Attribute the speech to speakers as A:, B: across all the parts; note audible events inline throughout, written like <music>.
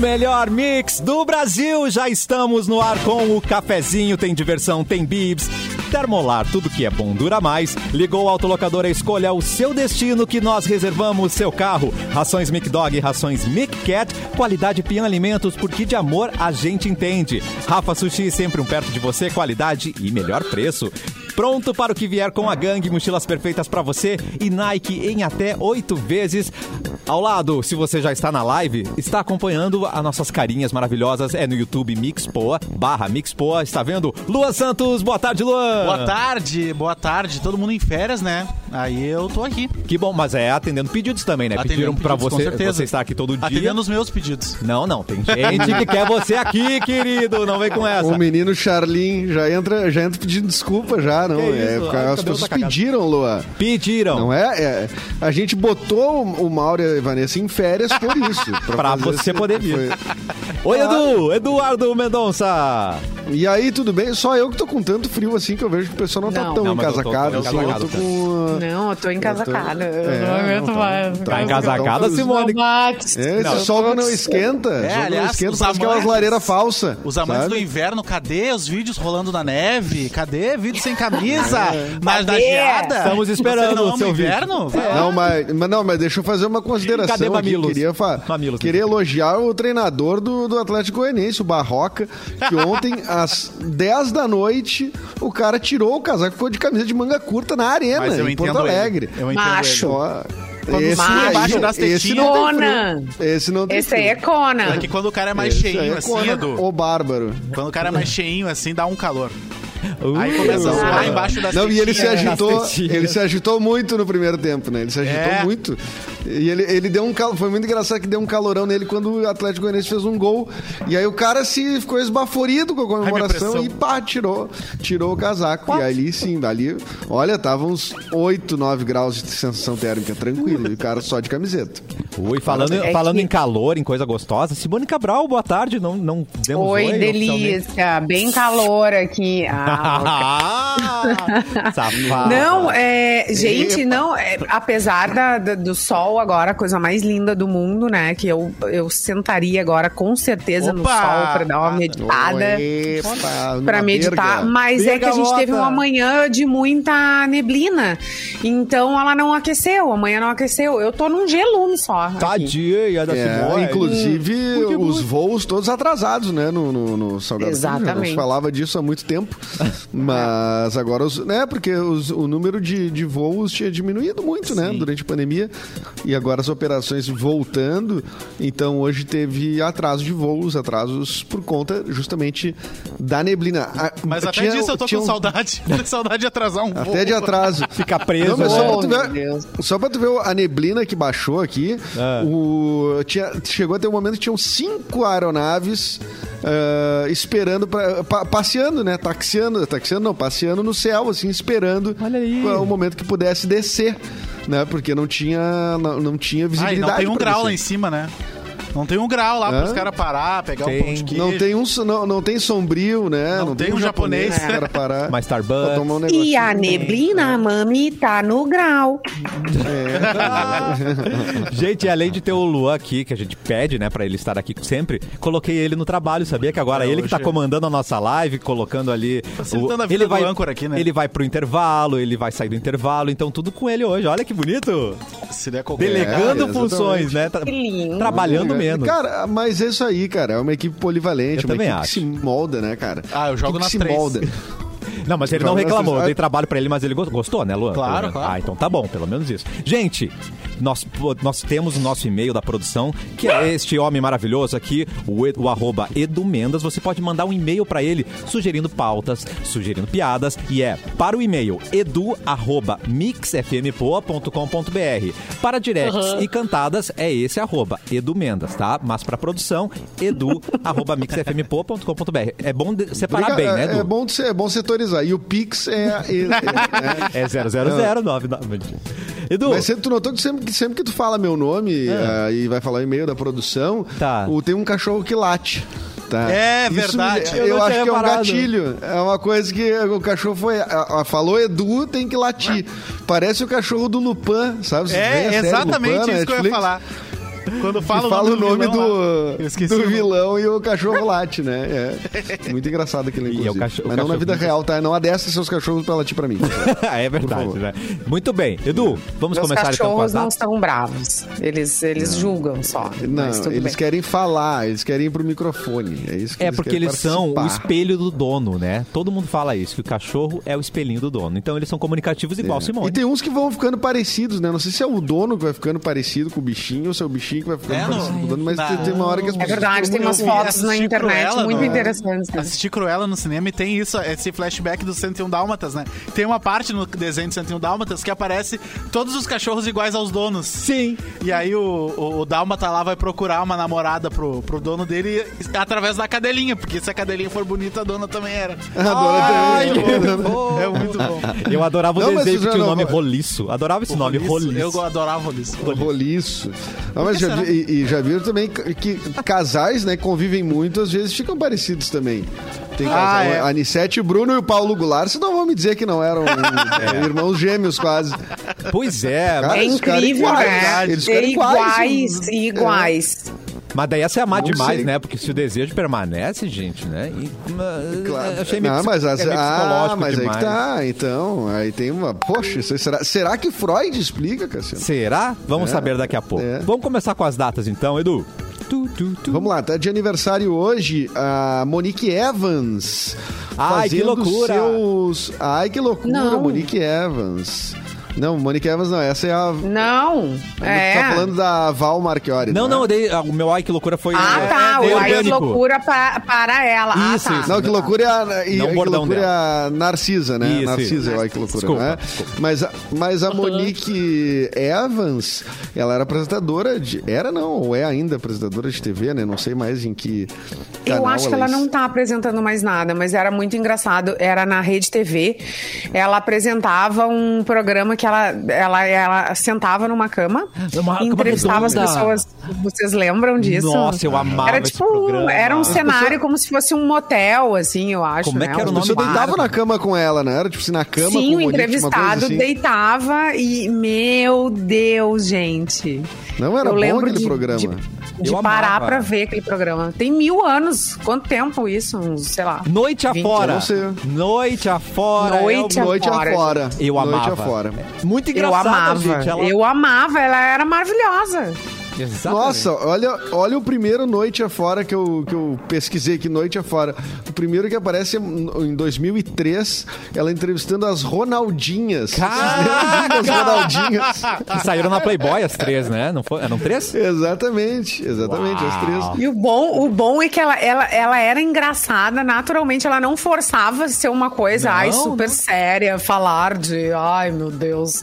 A: melhor mix do Brasil. Já estamos no ar com o cafezinho, tem diversão, tem bibs. Termolar, tudo que é bom dura mais. Ligou o autolocador, escolha o seu destino que nós reservamos seu carro. Rações Mic Dog, rações Mic Cat, qualidade Pian Alimentos, porque de amor a gente entende. Rafa Sushi, sempre um perto de você, qualidade e melhor preço. Pronto para o que vier com a gangue, mochilas perfeitas para você e Nike em até oito vezes. Ao lado, se você já está na live, está acompanhando as nossas carinhas maravilhosas, é no YouTube Mixpoa, barra Mixpoa, está vendo? Luan Santos, boa tarde, Luan!
B: Boa tarde, boa tarde. Todo mundo em férias, né? Aí eu tô aqui.
A: Que bom, mas é atendendo pedidos também, né?
B: Atendendo
A: Pediram para
B: pedidos, com
A: você,
B: certeza.
A: você estar aqui todo dia.
B: Atendendo os meus pedidos.
A: Não, não, tem gente que quer você aqui,
B: <laughs>
A: querido, não vem com essa.
C: O menino Charlin já entra, já entra pedindo desculpa já, não.
A: Que isso?
C: É,
A: Ah, o
C: porque
A: cabelo
C: as
A: tá
C: pessoas
A: cagado.
C: pediram, Lua.
A: Pediram.
C: Não é, é- A gente botou o Mauro e a Vanessa em férias por
A: <laughs>
C: isso.
A: Pra
C: fazer
A: você poder vir. Oi,
C: Ah.
B: é.
A: Edu! Eduardo Mendonça!
C: E aí, tudo bem? Só eu que tô com tanto frio assim que eu vejo que o pessoal não, tá
D: Não.
C: tão
A: Não, mas eu tô-
C: encasacado.
A: tô
C: assim, Eu
A: encasacado,
C: tô com. uh,
D: Não, eu tô encasacada. Eu
C: É,
D: não
C: não,
D: aguento
C: tá-
D: mais.
C: tá
D: Eu
A: Tá
D: tô-
A: encasacada,
C: Não,
A: Simone?
D: Não bate.
C: É, esse
A: Não. É,
C: sol que não esquenta. sol que é
B: aliás,
C: não esquenta,
B: os
C: faz aquelas
B: amantes-
C: lareiras falsas.
B: Os amantes
C: sabe?
B: do inverno, cadê os vídeos rolando na neve? Cadê vídeo sem camisa?
C: É.
B: na, na
D: Cadê?
B: geada?
A: Estamos esperando
B: Você não
A: o
B: ama
A: seu vídeo.
B: inverno? Vai lá.
C: Não, mas, mas não, mas deixa eu fazer uma consideração.
A: Cadê
C: aqui.
A: Mamilos?
C: Queria, fa-
A: Mamilos,
C: queria
B: então.
A: né?
C: elogiar o treinador do, do Atlético Goianiense, o Barroca,
B: <laughs>
C: que ontem, às 10 da noite, o cara tirou o casaco e ficou de camisa de manga curta na arena,
B: Mas eu
C: em Porto
B: entendo ele.
C: Alegre.
B: Eu entendo
D: Macho.
C: Ó,
D: Quando
C: esse,
D: marcha
C: aí,
B: embaixo das
C: esse
B: tetinhas.
C: não tem
D: Conan.
C: frio. Esse não tem
D: Esse aí é
C: frio.
D: Conan.
B: É que quando o cara é mais
C: Esse aí
B: cheinho
C: é
B: assim,
C: Conan,
B: Edu.
C: O bárbaro.
B: Quando o cara é mais cheinho assim, dá um calor. Aí
A: Uh.
B: começa a zoar embaixo né? das
C: Ah. Não, e ele se
B: tetinhas.
C: agitou,
A: Das tetinhas.
C: ele se agitou muito no primeiro tempo, né? Ele se agitou
B: É.
C: muito. E ele, ele deu um calor, foi muito engraçado que deu um calorão nele quando o Atlético Goianiense fez um gol. E aí o cara se ficou esbaforido com a comemoração
B: pressão.
C: e pá, tirou, tirou o casaco. E ali sim, dali, olha, tava uns 8, 9 graus de sensação térmica tranquilo, e o cara só de camiseta.
A: Ui, falando,
D: É
A: falando
D: que-
A: em calor, em coisa gostosa, Simone Cabral, boa tarde. Não, não demos
D: Oi,
A: <laughs> oficialmente.
D: delícia. Bem calor aqui.
A: <laughs>
D: Ah,
A: Ah, Safada.
D: Não, é, gente,
C: Epa.
D: não, é, apesar da- da- do sol agora, a coisa mais linda do mundo, né? Que eu, eu sentaria agora com certeza no
B: Opa!
D: sol pra dar uma meditada. Ah, né? Pra meditar, mas é que a gente
A: Bergamota.
D: teve uma manhã de muita neblina, então ela não aqueceu, amanhã não aqueceu. Eu tô num gelume só. aqui.
A: Tadinha da Simone.
C: É, inclusive,
A: Porque
C: os
A: muito-
C: voos todos atrasados, né? No, no, no Salgado Filho. Não se
D: Exatamente.
C: falava disso há muito tempo. Mas agora, os, né? Porque os- o número de, de voos tinha diminuído muito, né? Durante a pandemia. E agora as operações voltando. Então, hoje teve atraso de voos, atrasos por conta justamente da neblina. A-
B: Mas até
C: tinha-
B: disso eu tô
C: tinha
B: com
C: um-
B: saudade. <laughs> saudade de atrasar um pouco.
C: Até de
B: <laughs>
C: atraso.
A: Fica preso.
C: Não, mas só,
A: né?
C: pra tu
D: Oh, meu Deus.
C: ver, só pra tu ver a neblina que baixou aqui,
A: Ah.
C: o, tinha, chegou até um momento que tinham cinco aeronaves ah, esperando, pra, pa- passeando, né? Taxiando, taxiando não, passeando no céu, assim, esperando
A: Olha aí.
C: o momento que pudesse descer, né? Porque não tinha, não, não tinha
B: Ah, e
C: visibilidade.
B: não tem um
C: pra
B: grau lá em
C: descer.
B: cima, né? Não tem um grau lá pros
C: Hã?
B: caras parar, pegar
A: Tem.
B: um pão de queijo.
C: Não tem, um, so- não, não tem sombrio, né?
B: Não tem um japonês.
C: pro cara
B: <laughs>
C: parar
A: Mas Starbucks.
C: pra tomar um
D: E
C: negocinho. É.
D: a neblina, mami, tá no grau.
A: <laughs> Gente, e além de ter o Luan aqui, que a gente pede, né, pra ele estar aqui sempre, coloquei ele no trabalho, sabia que agora
B: É,
A: ele que tá
B: hoje-
A: comandando a nossa live, colocando ali...
B: Facilitando a vida
A: ele
B: do âncora aqui, né?
A: Ele vai pro intervalo, ele vai sair do intervalo, então tudo com ele hoje, olha que bonito!
B: Se der qualquer...
A: Delegando
C: É, exatamente.
A: funções, né? Tra-
D: Que lindo.
A: Trabalhando
C: Cara,
A: menos.
C: né? Cara, mas é isso aí, cara. É uma equipe polivalente,
A: Eu
C: uma
A: também
C: equipe
A: acho.
C: que se molda, né, cara?
B: Ah, eu jogo
C: Equipe
B: nas
C: que se
B: três. <laughs>
C: molda.
A: Não, mas ele não
C: Joga-
A: reclamou. Eu
C: Ah,
A: dei trabalho pra ele, mas ele go- gostou, né, Luan?
B: Claro,
A: Pelo menos.
B: claro.
A: Ah, então tá bom, pelo menos isso. Gente, nós, pô, nós temos o nosso e-mail da produção, que é este homem maravilhoso aqui, o, e- o arroba Edu Mendas. Você pode mandar um e-mail pra ele, sugerindo pautas, sugerindo piadas, e é para o e-mail edu arroba mixfmpoa.com.br. Para directs e cantadas, é esse arroba Edu Mendas, tá? Mas pra produção, edu arroba mixfmpoa.com.br. É bom de- separar bem,
C: Obrigado.
A: né, Edu?
C: é, é, bom, ser- é bom setorizar. E o Pix é.
A: <laughs>
C: é- é-
A: É 00099. mentira. Edu,
C: Mas sempre, tu notou que sempre, que sempre que tu fala meu nome ah, e vai falar o e-mail da produção,
A: É. Tá.
C: o, tem um cachorro que late. Tá.
B: É
C: me-
B: verdade.
C: eu
A: Eu não
C: acho
A: tinha
C: que é um
A: reparado.
C: gatilho. É uma coisa que o cachorro foi. a- a- falou Edu, tem que latir. Parece o cachorro do Lupin, sabe? Vocês
B: É,
C: veem a série
B: exatamente
C: Lupin na
B: isso que eu ia
C: Netflix?
B: falar. Quando
C: Fala,
B: fala,
C: fala o nome
B: vilão lá-
C: do,
B: Eu esqueci
C: do
B: o nome.
C: vilão e o cachorro late, né? É. Muito engraçado
A: E
C: aquele
A: é o
C: inclusive.
A: cachorro- o
C: Mas não na
A: cachorro-
C: vida real, tá? Não adestra seus cachorros pra latir pra
D: <laughs>
C: mim.
A: <laughs> é verdade,
C: favor.
A: né? Muito bem. Edu, vamos
D: Meus
A: começar então com
D: cachorros
A: as
D: não
A: datas.
D: estão bravos. Eles, eles julgam só.
C: Não,
D: mas tudo
C: eles
D: bem.
C: querem falar, eles querem ir pro microfone. É isso que
A: É
C: eles
A: porque
C: querem
A: eles são o
C: participar.
A: espelho do dono, né? Todo mundo fala isso, que o cachorro é o espelhinho do dono. Então eles são comunicativos igual o
C: E
A: Simone.
C: tem uns que vão ficando parecidos, né? Não sei se é o dono que vai ficando parecido com o bichinho ou se é o bichinho que vai ficando
B: É, não.
C: parecido com o dono, mas
B: Não.
C: tem, tem uma hora que as
D: É
C: pessoas.
D: verdade, tem umas
B: Eu
D: fotos na
B: assisti
D: internet
B: Cruella,
D: muito
B: não é?
D: interessantes. né?
B: Assistir Cruella no cinema e tem isso, esse flashback do 101 Dálmatas, né? Tem uma parte no desenho de 101 Dálmatas que aparece todos os cachorros iguais aos donos.
A: Sim.
B: E aí o, o, o Dálmata lá vai procurar uma namorada pro, pro dono dele através da cadelinha, porque se a cadelinha for bonita, a dona também era.
C: A dona
B: é,
C: também.
B: muito bom. é muito bom.
A: Eu adorava o
C: Então, Não, mas
A: desenho que
C: já
A: tinha o
C: não-
A: nome Roliço. Adorava esse nome, Roliço.
B: Eu adorava Roliço.
C: Roliço. Não, mas já vi- e, e já viram também que que casais, né, que convivem muito, às vezes ficam parecidos também. Tem casal,
B: Ah, é.
C: a Anissete, o Bruno e o Paulo Goulart, vocês não vão me dizer que
B: <laughs>
C: não eram é,
B: É.
C: irmãos gêmeos quase.
A: Pois é, mas-
D: É
C: Eles querem
D: incrível, né?
C: iguais, eles querem
D: iguais,
C: iguais.
D: iguais.
A: mas daí é se amar
C: Não
A: demais,
C: sei.
A: né? Porque se o desejo permanece, gente, né? E, mas-
C: Claro.
A: Achei meio,
C: não,
A: psico-
C: mas, as-
A: é meio
C: ah,
A: psicológico
C: mas aí
A: demais.
C: que tá, então, aí tem uma, poxa, isso aí será, será que Freud explica, Cassiano?
A: Será? Vamos
C: É,
A: saber daqui a pouco.
C: é.
A: Vamos começar com as datas então, Edu. Tu, tu, tu.
C: Vamos lá, tá de aniversário hoje a Monique Evans.
A: Ai, que
C: fazendo
A: loucura.
C: Seus... Ai, que loucura,
D: Não.
C: Monique Evans. Não, Monique Evans não, essa é a...
D: Não, é.
C: Tá falando da Val Marchiori.
A: Não,
C: né?
A: não, dei- ah, o meu ai que loucura foi. é,
D: Ah,
C: É,
D: tá.
A: dei
D: o Ai que
A: orgânico.
D: loucura pa- para ela.
A: Isso,
D: ah, tá.
A: isso.
C: Não, que loucura é a, e,
A: Não o
C: que
A: bordão
C: loucura é a Narcisa, né?
A: Isso,
C: Narcisa,
A: isso.
C: olha que loucura,
A: Desculpa,
C: né? Mas, a- mas a Monique Evans, ela era apresentadora de... Era não, ou é ainda apresentadora de TV, né? Não sei mais em que
D: Eu
C: canal é
D: acho que ela não tá apresentando mais nada, mas era muito engraçado. Era na Rede TV. Ela apresentava um programa que ela, ela, ela sentava numa cama,
A: Uma cama
D: entrevistava as
A: redonda.
D: pessoas. Vocês lembram disso?
A: Nossa, eu amava
D: Era
A: esse
D: tipo um,
A: programa.
D: era um
A: As
D: cenário como se fosse um motel, assim, eu acho.
A: Como é
D: né?
A: que era o
D: Um
A: nome
C: Você
A: Tomara.
C: deitava na cama com ela, né? Era tipo assim, na cama com
D: Sim, o
C: Monique, uma coisa
D: entrevistado
C: assim.
D: deitava e. Meu Deus, gente.
C: Não era
D: Eu
C: bom
D: lembro
C: aquele
D: de,
C: programa.
D: De, de
A: Eu
D: parar
A: amava.
D: pra ver aquele programa. Tem mil anos. Quanto tempo isso? Uns, sei lá.
A: Noite
D: 20,
A: afora.
C: eu não sei.
A: Noite afora.
D: Noite
A: é o-
C: Noite
D: Afora,
C: afora.
A: Eu amava. É,
C: Noite afora.
A: Muito
D: Eu
A: engraçado,
D: amava.
A: gente. Ela...
D: Eu amava. Ela era maravilhosa.
A: Exatamente.
C: Nossa, olha, olha o primeiro Noite Afora que eu, que eu pesquisei aqui, Noite Afora. O primeiro que aparece é em 2003, ela entrevistando as Ronaldinhas.
A: Caraca!
C: As Ronaldinhas.
A: Que saíram na Playboy as três, né? Não foi... Eram três?
C: Exatamente, exatamente, as
A: Uau.
C: três.
D: E o bom, o bom é que ela, ela, ela era engraçada, naturalmente, ela não forçava ser uma coisa,
A: Não,
D: ai, super
A: não.
D: séria, falar de, ai, meu Deus,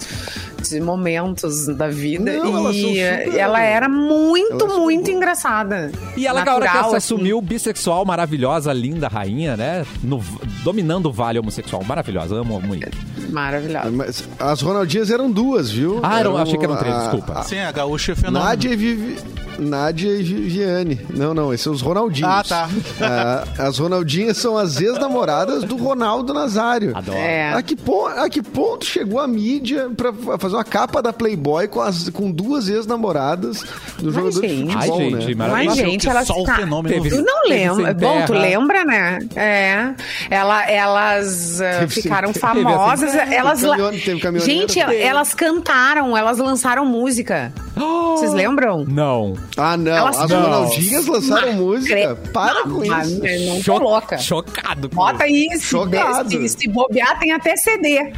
D: de momentos da vida.
C: Não, ela
D: e
C: sou
D: eh,
C: super-
D: ela era muito,
C: ela sou-
D: muito engraçada.
A: E ela, agora que ela
D: Natural,
A: se
D: assim.
A: assumiu bissexual, maravilhosa, linda, rainha, né? No- dominando o vale homossexual. Maravilhosa, amo muito.
D: Maravilhosa.
C: Mas as Ronaldinhas eram duas, viu?
A: Ah, eram- achei que eram três,
C: a-
A: desculpa.
C: a-
B: Sim, a gaúcha é fenômeno.
C: Nádia e, Vivi... Nádia e Viviane. Não, não, esses são os Ronaldinhos.
B: Ah, tá.
C: <laughs> Ah, as Ronaldinhas são as ex-namoradas do Ronaldo Nazário.
A: Adoro.
D: É.
C: A que, pon- a que ponto chegou a mídia pra fa- fazer uma capa da Playboy com, as- com duas ex-namoradas do jogador
D: gente.
C: de futebol,
A: Ai, gente,
C: né?
A: Mas,
D: Mas,
A: Maravilhoso.
D: gente, ela tá
B: Só o
D: fica-
B: fenômeno
A: Teve-
D: Eu não
A: teve
D: lembro.
A: sem
D: Bom, tu
A: terra.
D: lembra, né? É. Ela, elas eh,
C: Teve sem
D: ficaram
C: terra.
D: famosas.
A: Teve assim,
D: elas
C: teve
D: la-
C: caminhone- teve caminhoneiro.
D: Gente,
C: Teve.
D: elas cantaram, elas lançaram música. Vocês lembram?
A: Não.
C: Ah, não.
D: Elas-
C: as
D: Não.
C: Ronaldinhas lançaram música.
D: Cre-
C: Para com
D: Ah,
C: isso.
D: Não tô
A: Cho-
D: louca.
A: Chocado. com
D: Bota aí, se,
C: Chocado.
D: se, se bobear, tem até CD.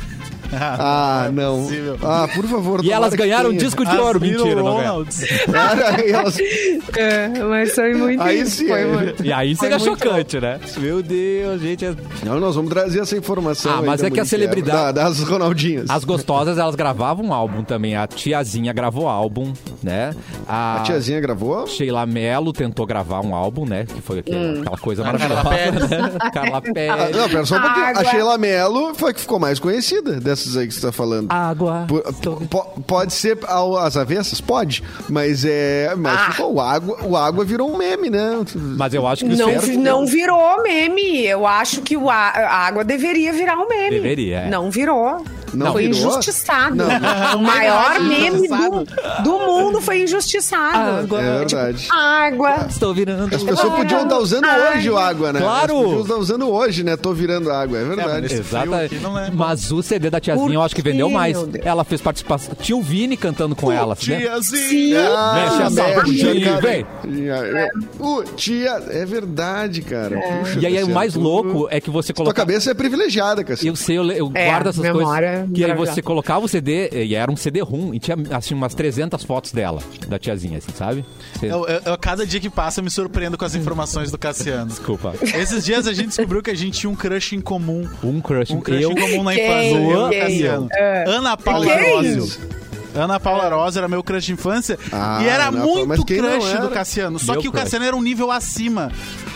C: Ah, não.
B: possível.
C: Ah, por favor.
A: E elas ganharam um disco
B: Ah,
A: de ouro. Mentira, não ganharam.
B: Né?
C: Cara,
D: <laughs>
C: elas...
D: É, mas foi muito
C: Aí sim,
D: foi
C: é.
D: muito-
A: E aí
D: Foi
A: seria
D: muito
A: chocante, né? Meu Deus, gente. as-
C: Não, nós vamos trazer essa informação.
A: Ah,
C: aí
A: mas
C: da
A: é que a
C: Monique
A: celebridade-
C: Evans, da- das Ronaldinhas.
A: As gostosas, elas gravavam um álbum também. A tiazinha gravou álbum, né?
C: A tiazinha gravou?
A: Sheila Mello tentou gravar um álbum, né? Que foi aquela,
D: Hum.
A: aquela coisa maravilhosa. né? Carla
C: Ah,
A: Pérez.
C: não, pera só um pouquinho.
D: Água.
C: A Sheila Mello foi a que ficou mais conhecida dessas aí que você tá falando.
A: Ah, Água.
C: Por- po- pode ser ao- às avessas? Pode. Mas é. Mas
D: Ah.
C: ficou, o, água, o água virou um meme, né?
A: Mas eu acho que
D: Não,
A: isso
D: não virou meme. Eu acho que o a, a água deveria virar um meme.
A: Deveria, é.
D: Não virou.
C: Não
D: foi
C: virou?
D: injustiçado.
C: Não,
D: O maior meme do,
B: Injustiçado.
D: do mundo foi injustiçado.
A: né? Tipo,
C: É verdade.
A: ah,
D: Água.
A: Estou virando.
C: As pessoas podiam estar usando
D: Ai,
C: hoje o água, né?
A: Claro.
C: Elas podiam estar usando hoje, né? Tô virando água, é verdade.
B: É,
A: Exatamente.
B: Frio aqui não é bom.
A: Mas o CD da Tiazinha
D: Por
A: eu acho que vendeu
D: quê,
A: mais.
D: meu Deus?
A: Ela fez participação. Tinha o Vini cantando com ela. Né?
B: É.
D: Sim.
C: É.
A: Mexe a
C: Ah, merda,
A: sapatilha,
C: cara.
A: vem.
C: Uh, tia, é verdade, cara. Puxa,
A: E aí o
C: Cassiano,
A: mais
C: tu-
A: louco é que você
C: Tua
A: colocava.
C: cabeça é privilegiada, Cassiano.
A: Eu sei, eu, le- eu
D: É,
A: guardo essas
D: memória
A: coisas. Que aí
D: maravilhosa.
A: você colocava o CD, e era um CD-ROM, e tinha assim umas 300 fotos dela, da tiazinha, assim, sabe? Você-
B: Eu, eu- eu- cada dia que passa eu me surpreendo com as informações do Cassiano.
A: Desculpa.
B: Esses dias a gente descobriu que a gente tinha um crush em comum.
A: Um crush.
B: Um crush
A: eu,
B: em comum na
D: Quem?
B: infância. Eu e o
D: Quem?
B: Cassiano. Ana Paula
D: Quem?
B: Rosio. Ana Paula Rosa era meu crush de infância
C: Ah,
B: e era
C: Ana Paula,
B: muito
C: mas quem não
B: crush
C: era?
B: do Cassiano. Só
A: Meu
B: que o
A: crush.
B: Cassiano era um nível acima.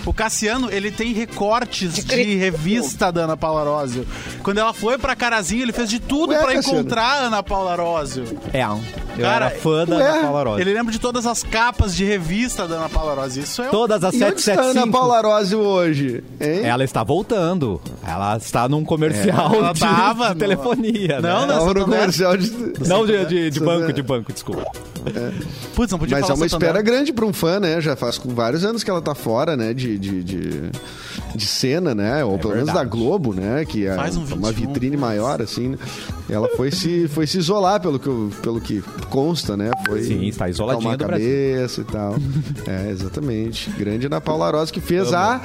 B: O Cassiano, ele tem recortes de,
D: cri-
B: revista da Ana Paula Rosio. Quando ela foi pra Carazinho, ele fez de tudo
C: Ué,
B: pra
C: Cassiano.
B: encontrar a Ana Paula Rosio.
A: é, um- eu
B: Cara,
A: era fã da
C: ué,
A: Ana Paula Rosa.
B: Ele lembra de todas as capas de revista da Ana Paula Rosio. Isso é um
A: Todas as
C: E onde está a
A: 775.
C: Ana Paula Rose hoje? Hein? Tá
A: Ela está voltando. Ela está num comercial
B: É, Ela
A: de,
B: tava
A: de
B: no-
A: telefonia.
B: Não,
A: né?
B: é- não,
C: Ela no
B: Santander.
C: comercial de... tá-
A: Não, de, de- de
C: Santander.
A: banco, de banco, desculpa.
B: Putz, não podia
C: Mas é
B: falar
C: uma
B: Santander.
C: espera grande pra um fã, né? Já faz com vários anos que ela tá fora, né? De, de, de, de cena, né? Ou pelo menos da
A: verdade.
C: Globo, né? Que é
B: É Faz um
C: uma
B: 21,
C: vitrine maior, assim. né? Ela foi se, foi se isolar, pelo que, eu- pelo que consta, né? Foi
A: Sim, está isoladinha
C: acalmar
A: do
C: a
A: Brasil.
C: cabeça
A: <laughs>
C: e tal. É, exatamente. Grande Ana Paula Rosa, que fez a...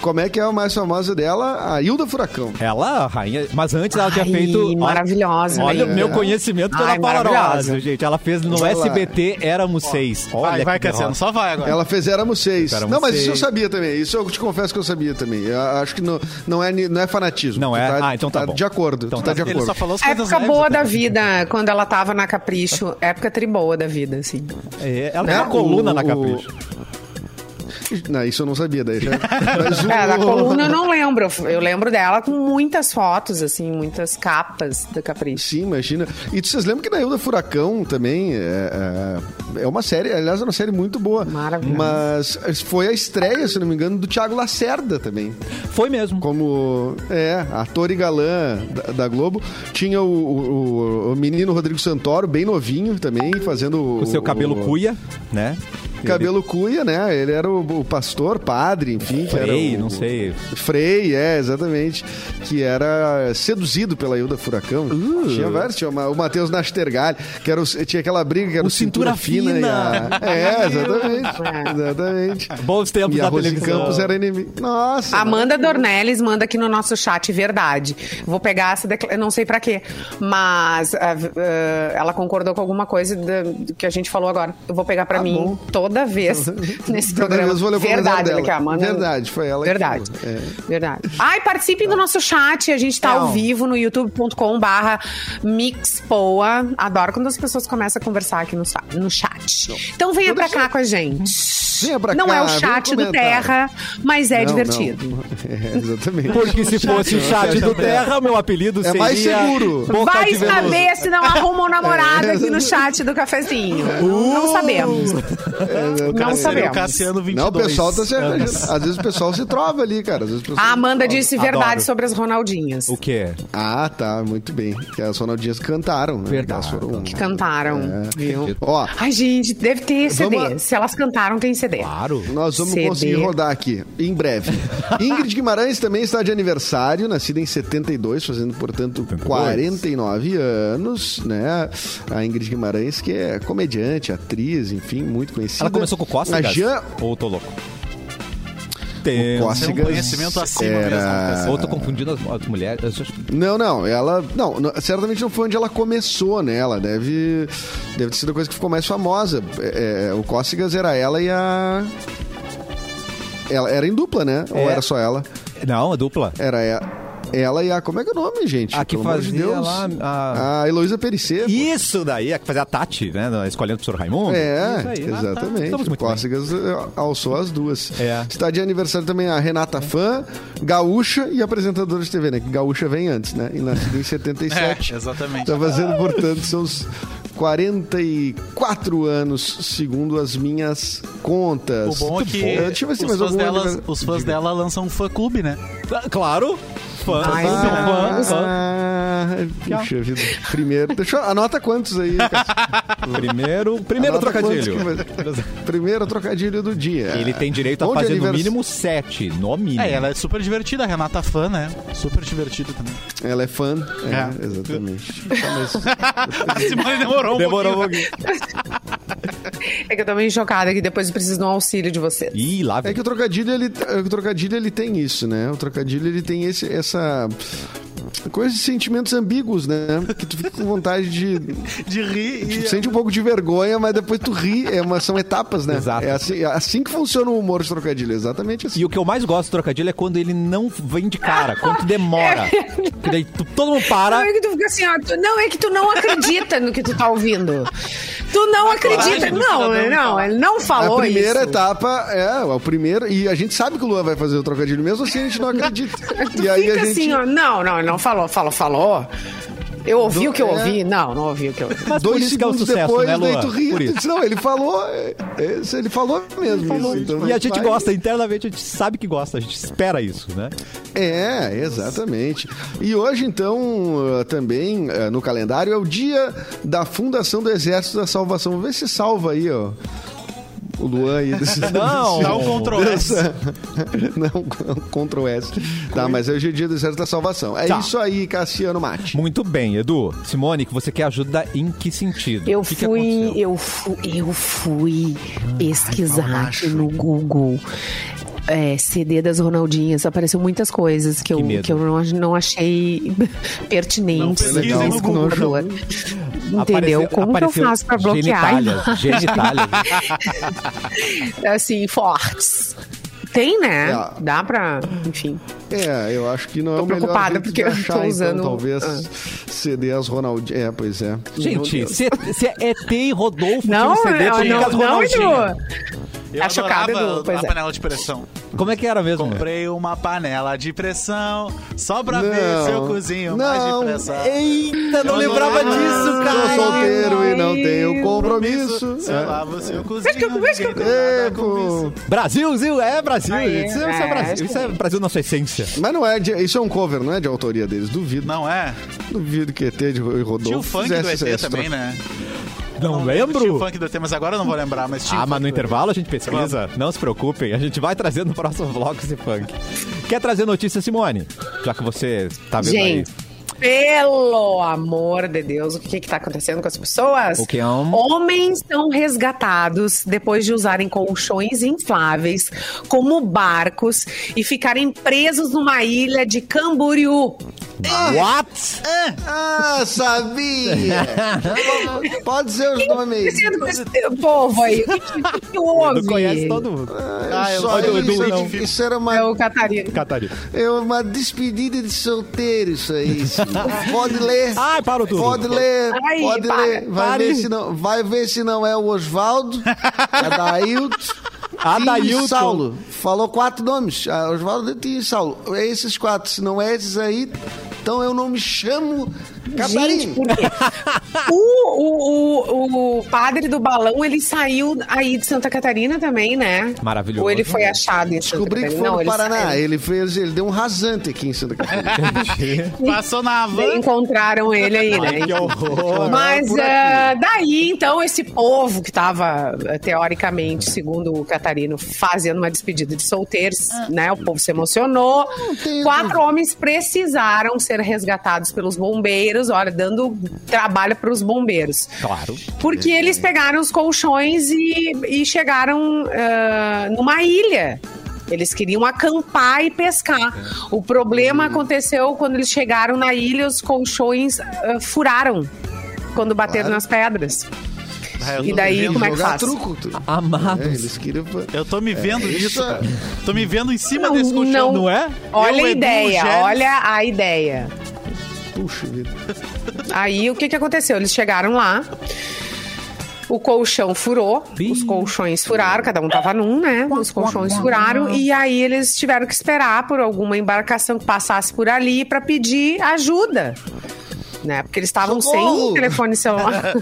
C: Como é que é a mais famosa dela? A Hilda Furacão.
A: Ela, a rainha. Mas antes ela tinha
D: Ai,
A: feito.
D: maravilhosa,
A: Olha
D: né?
A: o meu conhecimento pela
D: Ai,
A: Paula
D: maravilhosa.
A: gente. Ela fez no
C: Vai lá.
A: SBT Éramos Seis. Olha
B: Vai, vai,
A: que derrota.
B: Cassiano, só vai agora.
C: Ela fez Éramos Seis.
A: Éramos
C: não, mas isso eu
A: Seis.
C: sabia também. Isso eu te confesso que eu sabia também. Eu acho que não, não, é, ni- não é fanatismo.
A: Não
C: Tu
A: é? Ah, então tá
C: tá
A: bom.
C: De acordo.
A: Então
C: tu tá,
A: tá.
C: de
B: Ele
C: acordo.
B: só falou as coisas
D: Época
B: leves
D: boa
A: né?
B: até.
D: da vida, quando ela tava na Capricho. Época triboa da vida, assim.
A: É, ela tem
C: É,
A: uma coluna
C: o-
A: na capricho.
C: Não, isso eu não sabia daí.
A: <laughs>
C: Já... Mas o-
D: É, da coluna eu não lembro. Eu lembro dela com muitas fotos, assim, muitas capas da Capricho.
C: Sim, imagina. E vocês lembram que na Ilda Furacão também é, é- é uma série, aliás, é uma série muito boa.
D: Maravilhosa.
C: Mas foi a estreia, se não me engano, do Thiago Lacerda também.
A: Foi mesmo.
C: Como é, ator e galã da, da Globo. Tinha o, o- o- o menino Rodrigo Santoro, bem novinho também, fazendo o.
A: O seu cabelo
C: o-
A: cuia, né?
C: Cabelo cuia, né? Ele era o, o pastor, padre, enfim. que era
A: Frei,
C: o-
A: não sei.
C: Frei, é, exatamente. Que era seduzido pela Ilda Furacão.
A: Uh.
C: Tinha vários, tinha uma- o Matheus Nastergalli, que era o- tinha aquela briga que era
A: O
C: o cintura,
A: Cintura
C: fina. e
A: Fina.
C: a- é, exatamente. Exatamente.
A: Bons tempos
C: E
A: da
C: a Rose
A: televisão.
C: Campos era inimigo. Nossa.
D: Amanda Dornelles manda aqui no nosso chat, verdade. Vou pegar essa declaração, não sei pra quê, mas ah, v- ah, ela concordou com alguma coisa da- do que a gente falou agora. Eu vou pegar pra mim toda vez nesse
C: Tá <laughs> Toda
D: programa.
C: vez vou levar o
D: verdade,
C: lugar dela.
D: aqui, ó, Amanda-
C: Verdade, foi ela que
D: Verdade.
C: falou, é. Então.
D: Verdade. Ai, participem do nosso chat, a gente tá ao vivo no youtube.com barra mixpoa. Adoro quando as pessoas começam a conversar aqui no, sa- no chat. Então venha pra cá com a gente.
C: Venha pra
D: não
C: cá,
D: é o
C: vem
D: chat do
C: comentar.
D: Terra, mas é
C: Não,
D: divertido.
C: não. <laughs> É, exatamente.
A: Porque
C: <laughs>
A: se fosse o chat do Terra, meu apelido
C: É
A: seria.
C: mais seguro.
A: Boca
D: Vai
A: de Veludo.
D: saber se não
C: <laughs>
D: arruma
C: É.
D: um namorado aqui no chat do cafezinho. Não
C: Uh!
D: sabemos. Não
B: Cassiano,
D: sabemos.
B: Cassiano 22.
C: Não, o pessoal tá se arranjando. Às vezes o pessoal se trova ali, cara. Às vezes o pessoal
D: A
C: se
D: Amanda
C: trova.
D: disse verdade
A: Adoro.
D: sobre as Ronaldinhas.
A: O quê?
C: Ah, tá, muito bem. Que as Ronaldinhas cantaram, né?
A: Verdade.
C: Elas foram- É.
D: Que cantaram. Viu?
C: Ó,
D: Ai, gente, deve ter CD.
C: Vamos-
D: Se elas cantaram, tem CD.
A: Claro.
C: nós vamos
D: CD.
C: conseguir rodar aqui em breve. Ingrid Guimarães também está de aniversário, nascida em 72, fazendo, portanto, 49 anos, né? A Ingrid Guimarães, que é comediante, atriz, enfim, muito conhecida.
A: Ela começou com
C: A
A: cócegas?
C: né? Jean
A: Ou tô louco? Tem.
B: Tem um conhecimento acima
C: era...
B: mesmo.
A: Ou tô confundindo as, as mulheres. Eu acho que-
C: Não, não, ela. Não, não, certamente não foi onde ela começou, né? Ela deve, deve ter sido a coisa que ficou mais famosa. É, é, o Cócegas era ela e a. Ela era em dupla, né? Ou
A: É.
C: era só ela?
A: Não, a dupla.
C: Era ela. Ela e a. Como é que é o nome, gente?
A: A que
C: Pelo amor de
A: fazia
C: Deus.
A: lá, a-
C: A, Heloísa Perissé.
A: Isso daí, é que fazia a Tati, né? na- Escolhendo o Sr. Raimundo.
C: É,
A: Isso aí. Ah, tá.
C: exatamente.
A: Estamos
C: O
A: muito bem.
C: Cócegas eh, alçou as duas.
A: É.
C: Está de aniversário também a Renata Fã, gaúcha e apresentadora de TV, né? Que gaúcha vem antes, né?
A: <laughs>
C: E nascida em 77.
B: É, exatamente.
C: Está Tá fazendo, portanto, seus 44 anos, segundo as minhas
B: O
C: contas.
B: bom é que
C: tipo assim, Eu, Uhum. deixa eu ver se
B: os,
C: mais
B: fãs
C: algum
B: delas,
C: aniversário-
B: os fãs dela lançam um fã-clube, né?
A: Ah, Claro. Fã,
D: Ai,
A: fã,
D: não.
A: fã, fã.
C: Ah, puxa vida. Primeiro, deixa eu, anota quantos aí,
B: <laughs>
C: Cássio?
A: Primeiro, primeiro
C: Anota
A: trocadilho.
C: quantos que vai- Primeiro trocadilho do dia.
A: <laughs> Ele tem direito a
C: Bom de
A: fazer no
C: anivers-
A: mínimo sete, no mínimo.
B: É, ela é super divertida, a Renata é fã, né? Super divertida também.
C: Ela é fã. É,
B: É.
C: exatamente. Tá,
B: A Simone <laughs> demorou um
A: Demorou um
B: pouquinho.
A: pouquinho.
D: É que eu tô meio chocada que depois eu preciso do auxílio de vocês.
A: Ih, lá
C: É
A: vem.
C: que o trocadilho, ele, o trocadilho, ele tem isso, né? O trocadilho, ele tem esse, essa... Coisa de sentimentos ambíguos, né? Que tu fica com vontade de
B: De rir
C: <laughs> Tu
D: <laughs>
B: e...
C: sente um pouco de vergonha, mas depois tu ri. É uma- são etapas, né?
A: Exato.
C: É assim, é assim que funciona o humor de trocadilho. Exatamente assim.
A: E o que eu mais gosto do trocadilho é quando ele não vem de cara, quando
C: <laughs>
A: demora. Que daí tu- todo mundo
D: Não
A: para.
D: é que tu fica assim, ó, tu- não é que tu não acredita no que tu tá ouvindo. Tu não acredita.
B: coragem do
D: Não,
B: cidadão
D: não,
B: falar.
D: ele não
C: um a
D: falou
C: primeira
D: isso.
C: etapa é, o primeiro. E a gente sabe que o Luan vai fazer o trocadilho, mesmo assim a gente não acredita.
D: <laughs> Tu
C: e aí a
D: fica
C: gente.
D: assim, ó, não, não, ele não falou, falou, falou. Eu ouvi
C: Do-
D: o que eu
C: é.
D: ouvi? Não, não ouvi o que eu ouvi.
A: Mas por
C: Dois
A: isso que é o
C: segundos
A: sucesso,
C: depois,
A: né,
C: daí
A: Luan?
C: tu ri.
A: Por
C: Tu
A: isso.
C: diz, não, ele falou. é, é, ele falou mesmo. isso, então
A: E a
C: vai-
A: gente
C: vai.
A: gosta, internamente a gente sabe que gosta, a gente espera isso, né?
C: É, exatamente. E hoje, então, eh, também eh, no calendário é o dia da fundação do Exército da Salvação. Vê se salva aí, ó. O Luan aí. Desse,
A: Não.
B: Dá um Ctrl S.
C: dessa- <laughs> Não, Ctrl S. Tá, mas hoje é o dia do Exército da Salvação. É
A: Tá.
C: isso aí, Cassiano Mate.
A: Muito bem, Edu. Simone, que você quer ajuda em que sentido?
D: Eu
A: O que que
D: fui,
A: aconteceu?
D: eu fui, eu fui
A: tá
D: pesquisar no Google é, CD das Ronaldinhas. Apareceu muitas coisas que,
A: medo.
D: eu, que eu não, ach- não achei <laughs>
B: Não
D: pertinentes.
B: pesquisem
D: no
B: no
C: Google.
D: computador. Entendeu?
A: Apareceu-
D: Como que eu
A: apareceu
D: faço pra bloquear?
A: Genitália, genitália.
D: <laughs> assim, fortes. Tem, né?
C: É.
D: Dá pra. Enfim.
C: É, eu acho que não é
D: Tô
C: o melhor
D: preocupada,
C: jeito
D: porque
C: de
D: eu
C: achar,
D: tô
C: então,
D: usando-
C: talvez
D: Ah.
C: CD as Ronaldinho. É, pois é.
A: Gente, se, se ET e Rodolfo
D: Não,
A: tinham CD,
D: não,
A: tinha um
D: não,
A: as
D: não,
A: Ronaldinhas.
D: Edu.
B: Eu
D: Tá chocado,
B: adorava
D: Edu? Pois
B: a
D: é.
B: panela de pressão.
A: Como é que era mesmo?
B: Comprei uma panela de pressão só pra
C: Não.
B: ver se eu cozinho mais
C: Não.
B: depressa.
A: Eita, não
B: Eu
A: lembrava
B: adorava.
A: disso,
C: Sou
A: cara.
C: solteiro e não
D: ai,
C: tenho compromisso.
B: Compromisso, sei
C: É.
B: lá, você eu cozinho.
D: Acho que eu- acho que eu-
B: ninguém tem
C: É,
B: nada com
C: pô.
B: isso.
A: Brasil, Brasil, é Brasil,
D: Aí,
A: gente. Isso é, isso é
D: é,
A: Brasil, isso é Brasil na sua essência.
C: Mas não é, de- isso é um cover, não é de autoria deles, duvido.
B: Não é?
C: Duvido que ET de Rodolfo
B: Tinha o funk do
C: fizesse
B: ET
C: essa
B: também, né?
A: Não,
B: Tinha o
A: lembro?
B: funk do ET, mas agora eu não vou lembrar, mas tinha.
A: Ah,
B: o
A: mas
B: funk
A: no
B: do ET.
A: intervalo a gente pesquisa. Não se preocupem, a gente vai trazer no próximo vlog esse funk. Quer trazer notícia, Simone? Já que você tá vendo
D: Gente,
A: aí.
D: pelo amor de Deus, o que que tá acontecendo com as pessoas?
A: O que é um-
D: Homens são resgatados depois de usarem colchões infláveis como barcos e ficarem presos numa ilha de Camboriú.
A: What?
C: Ah,
A: <laughs>
C: sabia! Pode ser os
D: O que
C: nomes.
D: tá acontecendo com esse povo aí? O
C: <laughs>
D: que, o que que houve?
A: Não conhece todo mundo.
C: Ah,
A: eu
C: só
A: não sei,
C: isso,
A: Edu, não.
C: isso era uma,
D: É o
A: <laughs>
D: Catarina.
A: Catarina.
C: é uma despedida de solteiro,
A: <laughs>
C: isso aí. isso. Pode ler.
A: Ai, parou tudo.
C: Pode ler,
D: Ai,
C: pode
D: para,
C: ler. Vai
A: pare.
C: ver, se não, vai ver se não é o Osvaldo,
A: <laughs>
C: Adailto,
A: Adailto.
C: Tim e Saulo. Falou quatro nomes. Ah, Osvaldo, Tim e Saulo. É esses quatro. Se não é esses aí, então eu não me chamo
D: Gente,
C: Catarina.
D: por quê? o, o, o, o padre do balão, ele saiu aí de Santa Catarina também, né?
A: Maravilhoso.
D: Ou ele foi achado em Santa
C: Descobri que
D: Catarina?
C: foi no
D: ele
C: Paraná.
D: saiu.
C: Ele fez, ele deu um rasante aqui em Santa Catarina.
B: Passou na van.
D: Encontraram ele aí, né?
A: Que horror.
D: Mas
C: por aqui.
D: ah, daí, então, esse povo que estava, teoricamente, segundo o Catarino, fazendo uma despedida de solteiros, né? O povo se emocionou.
C: tem
D: Quatro homens precisaram ser resgatados pelos bombeiros, olha, dando trabalho para os bombeiros.
A: Claro.
D: Porque eles pegaram os colchões e, e chegaram ah, numa ilha. Eles queriam acampar e pescar. O problema
B: Uhum.
D: aconteceu quando eles chegaram na ilha, os colchões ah, furaram quando bateram
C: Claro.
D: nas pedras.
B: Ah, eu
D: E
B: tô
D: daí,
B: me vendo-
D: como é que
C: Jogar
D: faz?
C: truco. tu- É,
A: Amados.
C: eles queriam...
B: Eu tô me vendo
C: isso
B: nisso.
C: é-
B: cara. Tô me vendo em cima
D: Não,
B: desse colchão.
D: não.
A: Não é?
D: Olha
B: Eu,
D: a
B: Edu,
D: ideia,
B: Gélis.
D: olha a ideia.
C: Puxa vida.
D: Aí o que, que aconteceu? Eles chegaram lá, o colchão furou,
A: Ih.
D: os colchões furaram, cada um tava num, né? Os colchões furaram, e aí eles tiveram que esperar por alguma embarcação que passasse por ali para pedir ajuda. Né? Porque eles estavam sem
C: Socorro!
D: telefone celular.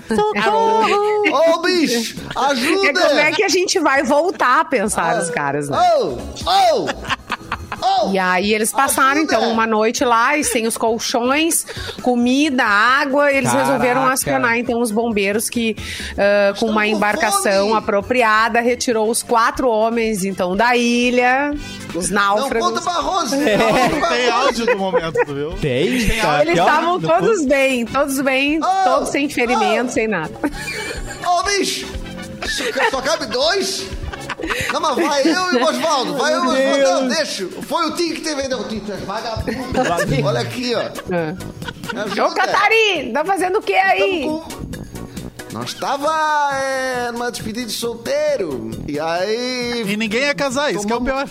C: Ô,
D: <laughs>
C: bicho,
D: E
C: ajuda!
D: é como é que a gente vai voltar a pensar os caras, né?
C: Oh, oh,
E: Socorro!
D: <laughs> E aí eles passaram,
E: Ajuda!
D: então, uma noite lá e sem os colchões, comida, água. Eles
F: Caraca.
D: resolveram acionar, então, os bombeiros que, ah, com uma
E: com
D: embarcação
E: fome!
D: apropriada, retirou os quatro homens, então, da ilha, os
E: Não
D: náufragos.
E: conta pra Rose!
D: É.
B: Tem áudio do momento, viu?
A: Tem? tá
B: áudio.
D: Eles estavam todos bem, todos bem,
E: Ah,
D: todos sem ferimento,
E: ah.
D: sem nada.
E: Ô, bicho! Só, só cabe dois? Não, mas vai eu e o Osvaldo. Vai eu e o Osvaldo. Não, deixa. Foi o Tim que teve. Não, o Tim, tu é vagabundo. Olha aqui, ó. Me ajuda.
D: Ah. Ô, Catarina, tá fazendo o que aí?
E: Tamo com- Nós tava é, numa despedida de solteiro. E aí.
B: E ninguém ia casar, isso que é o pior.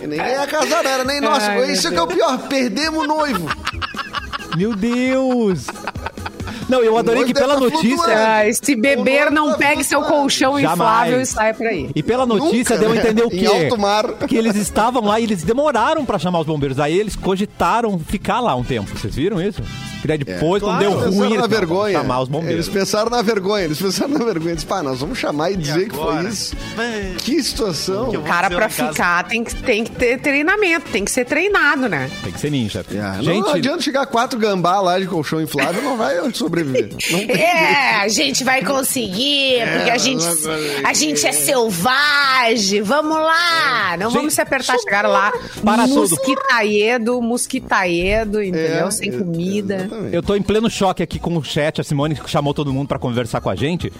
E: Ninguém ia casar, não era nem nosso.
D: Ai, meu
E: Isso que é o pior. Perdemos o noivo.
A: Meu Deus! Não, eu adorei
E: Hoje
A: que pela
E: deve tá flutuando.
A: notícia.
D: Ah, se beber,
E: tá
D: não pegue seu colchão
A: Jamais.
D: inflável e saia pra aí.
A: E pela notícia
E: Nunca,
A: deu a
E: né?
A: entender o
E: Em
A: quê?
E: alto mar.
A: Que eles estavam lá e eles demoraram pra chamar os bombeiros. Aí eles cogitaram ficar lá um tempo. Vocês viram isso? Que daí depois, quando deu
C: Pensaram
A: ruim,
C: na
A: eles
C: vergonha.
A: chamar os
C: Eles
A: bombeiros.
C: pensaram na vergonha, eles pensaram na vergonha. Eles, pá, nós vamos chamar e dizer que foi
B: agora?
C: isso.
B: Bem,
C: Que situação.
B: Que eu-
D: Cara,
B: Vou
C: um
D: pra
B: dizer lá em
D: ficar tem que, tem que ter treinamento, tem que ser treinado, né?
A: Tem que ser ninja.
C: Ah, não,
A: Gente,
C: não adianta chegar quatro gambá lá de colchão inflável, não vai
A: <laughs>
C: sobreviver. Não tem
G: É, a gente vai conseguir,
C: É,
G: porque a gente, a gente é selvagem. Vamos lá, não
D: Não vamos se apertar, chegar lá.
A: Para tudo.
D: mosquitaedo, mosquitaedo, entendeu?
C: É,
D: Sem
C: é,
D: comida.
C: exatamente.
A: eu tô em pleno choque aqui com o chat. A Simone chamou todo mundo pra conversar com a gente.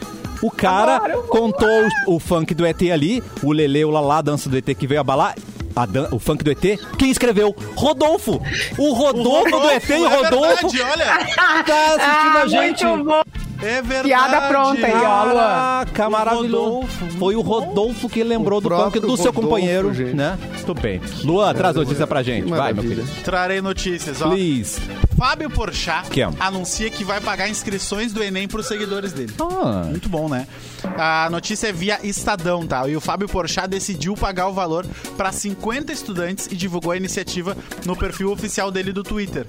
A: O cara contou o, o funk do ET ali, o Lele, o Lalá, a dança do ET que veio abalar. a dan- o funk do ET, quem escreveu? Rodolfo! O Rodolfo, do ET e o
B: é
A: Rodolfo
B: verdade, olha.
C: é
A: tá assistindo a
D: Ah,
A: gente.
D: muito bom.
B: É verdade.
D: Piada pronta aí, ó.
A: Caraca,
B: O
A: maravilhoso.
B: Rodolfo,
A: Foi o Rodolfo que lembrou
C: O
A: do funk
C: próprio
A: do seu
C: Rodolfo,
A: companheiro,
C: gente.
A: né? Tudo bem. Luan, traz notícia pra gente.
C: Que
A: Vai, meu
C: maravilha.
A: querido.
B: Trarei notícias, ó.
A: Please.
B: Fábio Porchat
A: Que é?
B: anuncia que vai pagar inscrições do Enem para os seguidores dele.
C: Tá.
A: Ah.
B: Muito bom, né? A notícia é via Estadão, tá? E o Fábio Porchat decidiu pagar o valor para 50 estudantes e divulgou a iniciativa no perfil oficial dele do Twitter.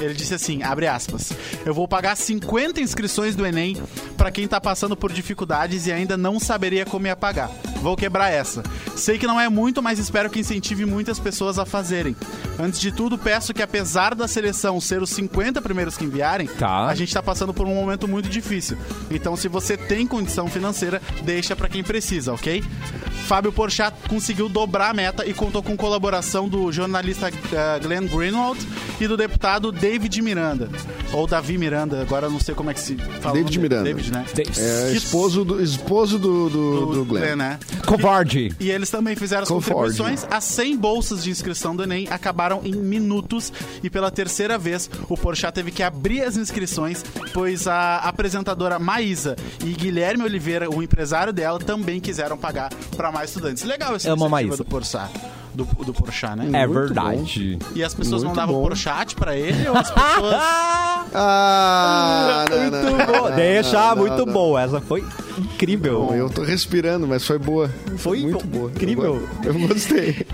B: Ele disse assim, abre aspas, eu vou pagar 50 inscrições do Enem para quem tá passando por dificuldades e ainda não saberia como ia pagar. Vou quebrar essa. Sei que não é muito, mas espero que incentive muitas pessoas a fazerem. Antes de tudo, peço que apesar da seleção ser os 50 primeiros que enviarem,
A: Tá.
B: a gente gente tá passando por um momento muito difícil. Então, se você tem condição financeira, deixa pra quem precisa, ok? Fábio Porchat conseguiu dobrar a meta e contou com colaboração do jornalista eh, Glenn Greenwald e do deputado David Miranda. Ou Davi Miranda, agora eu não sei como é que se fala. o
C: David
B: nome dele.
C: Miranda.
B: David, né?
C: É esposo do, esposo do, do, do Glenn.
B: né?
A: Covarde.
B: E eles também fizeram as
C: Conforme.
B: contribuições. As 100 bolsas de inscrição do Enem acabaram em minutos e pela terceira vez o Porchat teve que abrir as inscrições, pois a apresentadora Maísa e Guilherme Oliveira, o empresário dela, também quiseram pagar para mais estudantes. Legal essa
A: Amo a
B: iniciativa
A: É Maísa.
B: do Porchat. Do, do Porchat, né?
A: É
C: Muito
A: verdade.
B: E as pessoas
C: Muito
B: mandavam
C: bom.
B: Porchat pra ele ou as pessoas...
C: <laughs> Ah, não, não,
A: Muito
C: não,
A: boa.
C: não,
A: Deixa,
C: não, não,
A: muito
C: não.
A: boa. Essa foi incrível.
C: Bom, eu tô respirando, mas foi boa.
A: Foi
C: muito
A: bo-
C: boa.
A: incrível. Tá
C: Eu, go- eu gostei.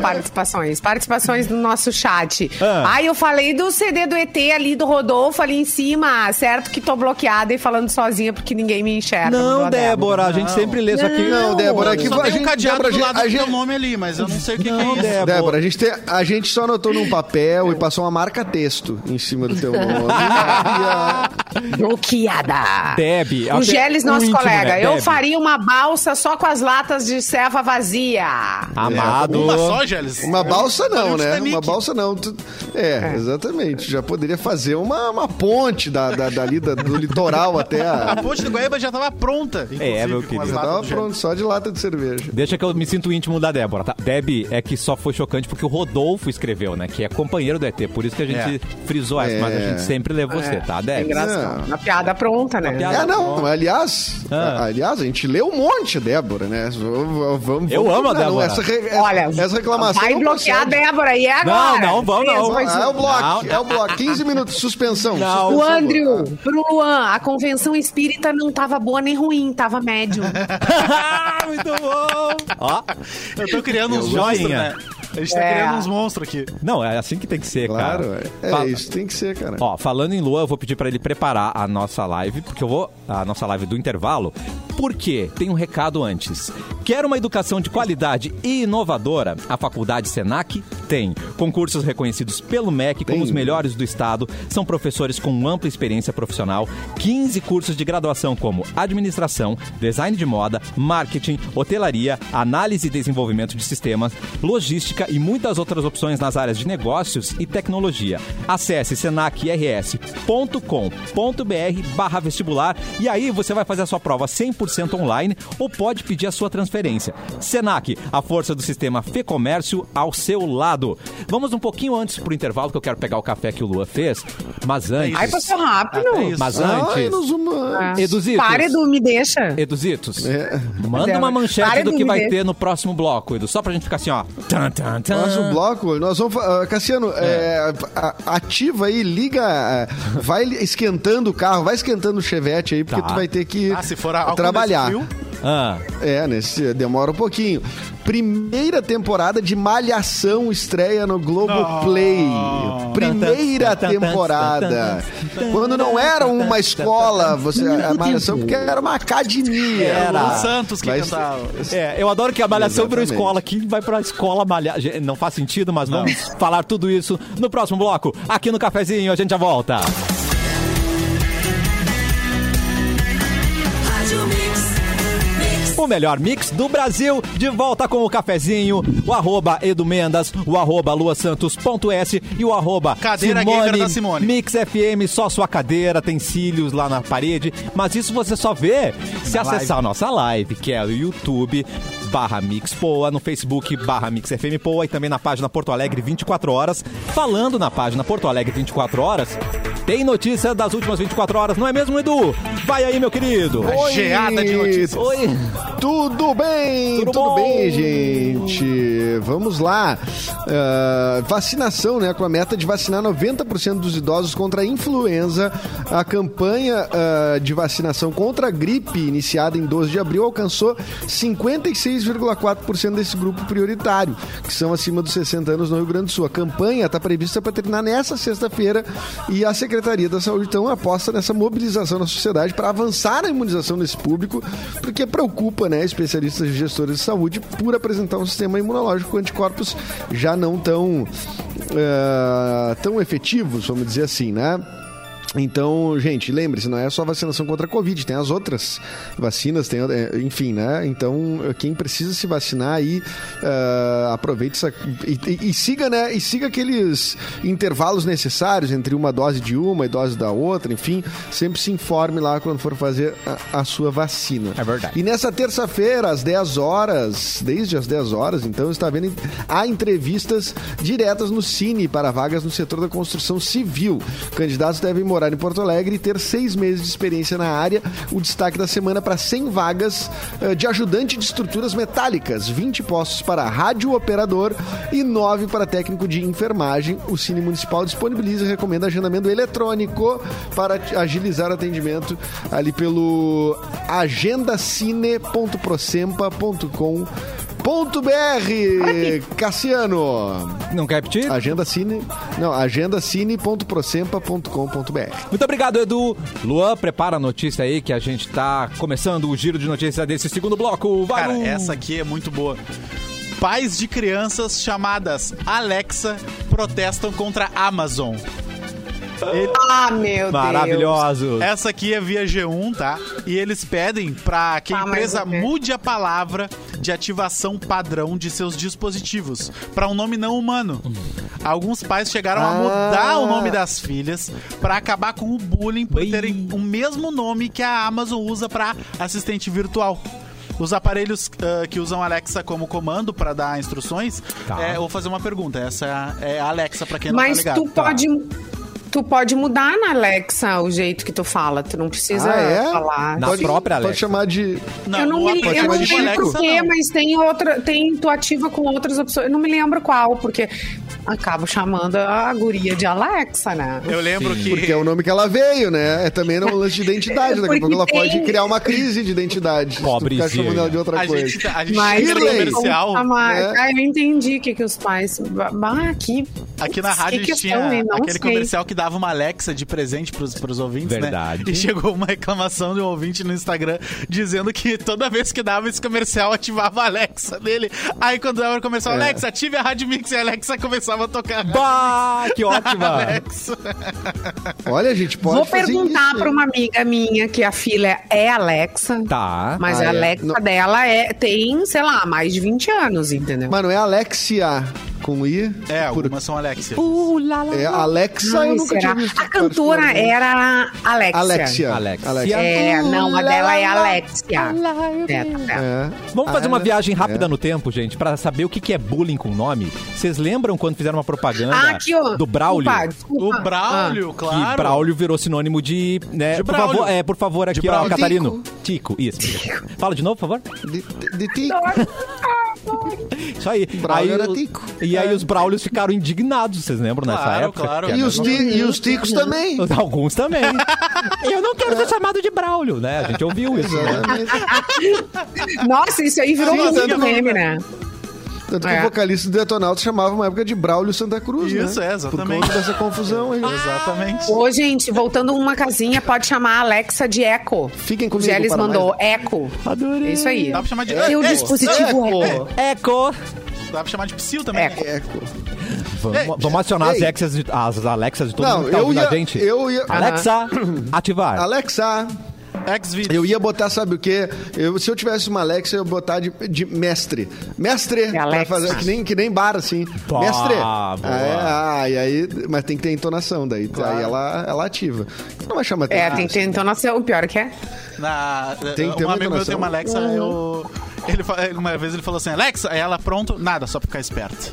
D: Participações, participações no nosso chat.
A: Ah.
D: Ai, eu falei do CD do ET ali, do Rodolfo ali em cima, certo? Que tô bloqueada e falando sozinha porque ninguém me enxerga. mandou
A: Não,
D: a Débora.
A: Débora, a gente sempre lê isso aqui.
C: Não, Débora, aqui
B: Só
C: vai-
B: tem um cadeado
C: Débora,
B: do lado
C: a
B: do
C: É gente-
B: meu nome ali, mas eu não sei o que, que
A: Não,
B: é isso.
A: Débora.
C: Débora, a gente, tem- a gente só anotou num papel e passou uma marca texto em cima do teu nome. E a-
D: Bloqueada.
A: Deb,
D: O
A: até
D: Geles,
A: o
D: nosso
A: íntimo,
D: colega.
A: né?
D: Eu
A: Deb.
D: faria uma balsa só com as latas de ceva vazia.
A: Amado.
C: É,
B: Uma só, Gélis?
C: uma balsa
B: Olha um
C: não,
B: o
C: né?
B: Titanic.
C: Uma balsa não. Tu- É, exatamente. Já poderia fazer uma, uma ponte da, da, dali, da- do litoral até
B: A <laughs>
C: a...
B: ponte do Guaíba já tava pronta, inclusive,
A: É, meu
B: com as
A: querido.
C: Já
B: latas
C: tava
B: do Gélis.
C: pronto, só de lata de cerveja.
A: Deixa que eu me sinto íntimo da Débora, tá? Deb, é que só foi chocante porque o Rodolfo escreveu, né? Que é companheiro do ET. Por isso que a gente frisou essa, mas a
C: É.
A: gente sempre lê você, tá, Deb?
D: Engraçado. Uma piada pronta, né?
A: piada-
C: É, não, aliás,
A: Ah.
C: a- aliás, a gente leu um monte, Débora, né? V- v- Vamos,
A: Eu
C: vamos
A: amo a
C: combinar, não,
A: Débora.
C: Essa, re-
D: É, Olha,
C: essa reclamação
D: vai
C: não
D: bloquear
C: procede.
D: a Débora e é agora.
A: não, vão não.
D: Três, dois,
C: Ah, é o
D: um.
C: bloco,
A: Não,
C: é o bloco. 15 minutos, suspensão.
A: Não.
D: O
C: suspensão.
D: Andrew, pro Luan, a convenção espírita não tava boa nem ruim, tava
A: <laughs>
D: médio.
A: Muito bom! Ó,
B: Eu tô criando uns
A: Eu
B: monstros,
A: joinha.
B: né? A gente tá
D: É.
B: criando uns monstros aqui.
A: não, é assim que tem que ser,
C: Claro,
A: cara.
C: é,
A: Fa-
C: é isso, tem que ser, cara.
A: Ó, falando em Lua, eu vou pedir pra ele preparar a nossa live, porque eu vou. A nossa live do intervalo. Por quê? Tem um recado antes. Quer uma educação de qualidade e inovadora? A Faculdade Senac tem. Concursos reconhecidos pelo MEC como os melhores do estado. São professores com ampla experiência profissional. 15 cursos de graduação como administração, design de moda, marketing, hotelaria, análise e desenvolvimento de sistemas, logística e muitas outras opções nas áreas de negócios e tecnologia. Acesse senacrs.com.br barra vestibular e aí você vai fazer a sua prova 100% online ou pode pedir a sua transferência. Senac, a força do sistema Fê Comércio ao seu lado. Vamos um pouquinho antes pro intervalo que eu quero pegar o café que o Lua fez, mas antes...
D: Ai, passou rápido.
B: Até isso.
A: Mas
C: Ai,
A: antes...
C: nos humanos.
A: Eduzitos.
D: Para, Edu, me deixa.
A: Eduzitos,
C: É.
A: manda uma manchete
D: Para
A: do
D: de
A: que
D: me
A: vai
D: ver.
A: ter no próximo bloco, Edu. Só pra gente ficar assim, ó. Tan, tan, tan.
C: Próximo um bloco, nós vamos. fa- ah, Cassiano, é, a- ativa aí, liga. ah, Vai esquentando o carro, vai esquentando o chevette aí, porque
A: Tá.
C: tu vai ter que
B: Ah, se for álcool
C: trabalhar.
B: nesse frio.
A: Ah,
C: É, nesse, demora um pouquinho. Primeira temporada de Malhação estreia no Globoplay. Primeira temporada. Quando não era uma escola, você, a Malhação, porque era uma academia.
A: Era.
B: O Santos que
C: Mas-
B: cantava.
A: é, eu adoro que a malhação virou
C: Exatamente.
A: escola. Quem vai pra escola malhar? Gente, Não faz sentido, mas vamos falar tudo isso no próximo bloco, aqui no cafezinho. A gente já volta. O melhor mix do Brasil, de volta com o cafezinho, o arroba Edu Mendas, o arroba luasantos.s e o arroba
B: Cadeira gamer da Simone.
A: Mix FM, só sua cadeira, tem cílios lá na parede, mas isso você só vê se acessar a nossa live, que é o YouTube barra Mix Poa, no Facebook barra Mix FM Poa e também na página Porto Alegre 24 horas. Falando na página Porto Alegre 24 horas, tem notícia das últimas 24 horas, não é mesmo, Edu? Vai aí, meu querido.
C: Oi,
B: Geada de notícias.
A: Oi.
C: Tudo bem,
A: Tudo
C: tudo,
A: bom?
C: bem, gente. Vamos lá. Ah, vacinação, né? Com a meta de vacinar 90% dos idosos contra a influenza. A campanha ah, de vacinação contra a gripe, iniciada em 12 de abril, alcançou 56,4% desse grupo prioritário, que são acima dos 60 anos no Rio Grande do Sul. A campanha está prevista para terminar nessa sexta-feira e a Secretaria da Saúde, então, aposta nessa mobilização na sociedade para avançar a imunização nesse público, porque preocupa, né, especialistas e gestores de saúde por apresentar um sistema imunológico com anticorpos já não tão, eh, tão efetivos, vamos dizer assim, né? Então, gente, lembre-se, não é só vacinação contra a Covid, tem as outras vacinas, tem, é, enfim, né? Então, quem precisa se vacinar aí, ah, aproveite essa, e, e- e siga, né? E siga aqueles intervalos necessários entre uma dose de uma e dose da outra, enfim, sempre se informe lá quando for fazer a, a sua vacina.
A: É verdade.
C: E nessa terça-feira, às 10 horas, desde as 10 horas, então, está vendo há entrevistas diretas no Cine para vagas no setor da construção civil. Candidatos devem morar em Porto Alegre e ter seis meses de experiência na área. O destaque da semana para 100 vagas eh, de ajudante de estruturas metálicas, 20 postos para rádio operador e 9 para técnico de enfermagem. O Cine Municipal disponibiliza e recomenda agendamento eletrônico para agilizar o atendimento ali pelo agendacine.procempa.com.br. Cassiano,
A: Não quer repetir?
C: agendacine, não, agendacine.procempa.com.br.
A: Muito obrigado, Edu. Luan, prepara a notícia aí que a gente tá começando o giro de notícias desse segundo bloco. Vai,
B: Cara,
C: um
A: Lu.
B: essa aqui é muito boa. Pais de crianças chamadas Alexa protestam contra a Amazon.
D: Ah, meu Deus.
A: Maravilhoso.
B: Essa aqui é via G1, tá? E eles pedem pra que a
D: Ah, mas
B: empresa
D: o quê?
B: mude a palavra de ativação padrão de seus dispositivos pra um nome não humano. Alguns pais chegaram a
C: Ah.
B: mudar o nome das filhas pra acabar com o bullying por
A: Ui.
B: terem o mesmo nome que a Amazon usa pra assistente virtual. Os aparelhos ah, que usam Alexa como comando pra dar instruções,
A: Tá.
B: é, eu vou fazer uma pergunta. Essa é a Alexa pra quem não tá
D: Mas
B: ligado.
D: tu pode. Tu pode mudar na Alexa o jeito que tu fala. Tu não precisa
C: Ah, é?
D: falar.
A: Na própria
C: Pode
A: Alexa.
C: chamar de
D: eu
B: Tá.
D: não
B: o
D: me, eu
B: aplicativo
D: não me
C: aplicativo
D: lembro
B: Alexa,
D: porquê,
B: não.
D: mas tem outra. Tem, tu ativa com outras opções. Eu não me lembro qual, porque acabo chamando a guria de Alexa, né?
B: Eu lembro que.
C: Porque é o nome que ela veio, né? É também um lance de identidade. Daqui a
D: Porque
C: pouco ela
D: tem-
C: pode criar uma crise de identidade. se tu
A: Pobrezinha.
C: ficar chamando ela de outra
B: A
C: coisa.
B: gente, tá- a gente
D: Mas
B: tinha um
C: Shirley.
B: comercial.
D: Ah, mas-
C: né?
D: Ah, eu entendi o que, que os pais. Bah, que,
B: Aqui na rádio
D: que
B: a gente tinha
D: questão, hein? Não
B: aquele
D: sei.
B: comercial que dava uma Alexa de presente pros, pros ouvintes,
A: Verdade.
B: né? E chegou uma reclamação de um ouvinte no Instagram dizendo que toda vez que dava esse comercial, ativava a Alexa dele. Aí quando dava o comercial, Alexa, ative a Rádio Mix e a Alexa começava a tocar.
A: Bah, que
D: <laughs>
A: ótima!
D: É.
B: Alexa.
C: Olha, a gente pode
D: Vou
C: fazer
D: perguntar
C: isso,
D: pra
C: hein?
D: uma amiga minha que a filha é Alexa.
A: Tá.
D: Mas
C: Ah,
D: a
C: é.
D: Alexa
C: Não.
D: dela é, tem, sei lá, mais de 20 anos, entendeu?
C: Mano, é Alexia com I.
B: É,
C: por...
B: algumas são Alexia.
C: é Alexa,
D: Ai,
C: eu nunca
D: será?
C: tinha visto.
D: A cantora
C: particularmente.
D: era Alexia.
C: Alexia.
A: Alexia.
D: É, não, a dela é Alexia. É, tá certo.
C: É.
A: Vamos fazer uma
C: Ah,
A: viagem rápida
C: é.
A: no tempo, gente, pra saber o que que é bullying com nome. Vocês lembram quando fizeram uma propaganda
D: Ah, aqui, ó.
A: do Braulio?
D: Desculpa, desculpa.
B: O Braulio, claro.
A: Que Braulio virou sinônimo de. Né,
B: De
A: por
B: Braulio.
A: favor, é, por favor, aqui, ó,
C: Braulio.
A: Catarino. Tico,
D: <laughs>
A: isso. Fala de novo, por favor.
C: De, de, de ti. É.
A: Isso aí.
C: Braulio
A: aí
C: era
A: o-
C: Tico.
A: E
D: É.
A: aí os Braulios ficaram indignados, vocês lembram nessa
B: Claro,
A: época?
B: claro.
A: Que
C: E
A: era-
C: os, ti- e os ticos também.
A: Alguns
D: <laughs>
A: também. Eu não quero
D: É.
A: ser chamado de Braulio, né? A gente ouviu isso. né?
C: Exatamente.
D: Ah. Nossa, isso aí virou
C: Sim,
D: muito
C: tanto-
D: meme, né?
C: Tanto que
D: É.
C: o vocalista do Detonautas chamava uma época de Braulio Santa Cruz, né?
B: Isso, é, exatamente.
C: Por conta dessa confusão aí.
B: Exatamente.
D: Ô, gente, voltando uma casinha, pode chamar a Alexa de Echo.
C: Fiquem comigo,
D: Geles
C: para
D: mandou
C: mais.
D: Echo.
A: Adorei.
D: É isso aí.
B: Dá pra chamar de.
D: Seu
B: Ei,
D: dispositivo
C: Echo.
D: Echo.
A: Eco.
B: Dá pra chamar de psil também. né?
D: Eco.
C: Eco.
A: Vamos,
B: Ei,
A: vamos acionar as
C: ei.
A: Alexas de, as Alexas de todo
C: Não,
A: mundo que tá
C: eu
A: ouvindo
C: ia-
A: a gente.
C: eu ia-
A: Alexa, ativar.
C: Alexa,
B: Xvideos.
C: eu ia botar, sabe o quê? Eu, se eu tivesse uma Alexa, eu ia botar de, de mestre. Mestre, pra
D: Alexa.
C: fazer, que, nem, que nem bar, assim.
A: Pá,
C: mestre.
A: Tá, boa.
C: É, ah, e aí, mas tem que ter entonação daí. tá? Aí ela, ela ativa. Não vai chamar
D: É,
C: atenção.
D: tem que ter entonação. O pior que é.
B: Na,
C: Tem que ter
B: um
C: uma
B: amigo meu tem
C: entonação.
B: uma Alexa, eu. Ele, fa- uma vez ele falou assim, Alexa, aí ela pronto, nada, só pra ficar esperto.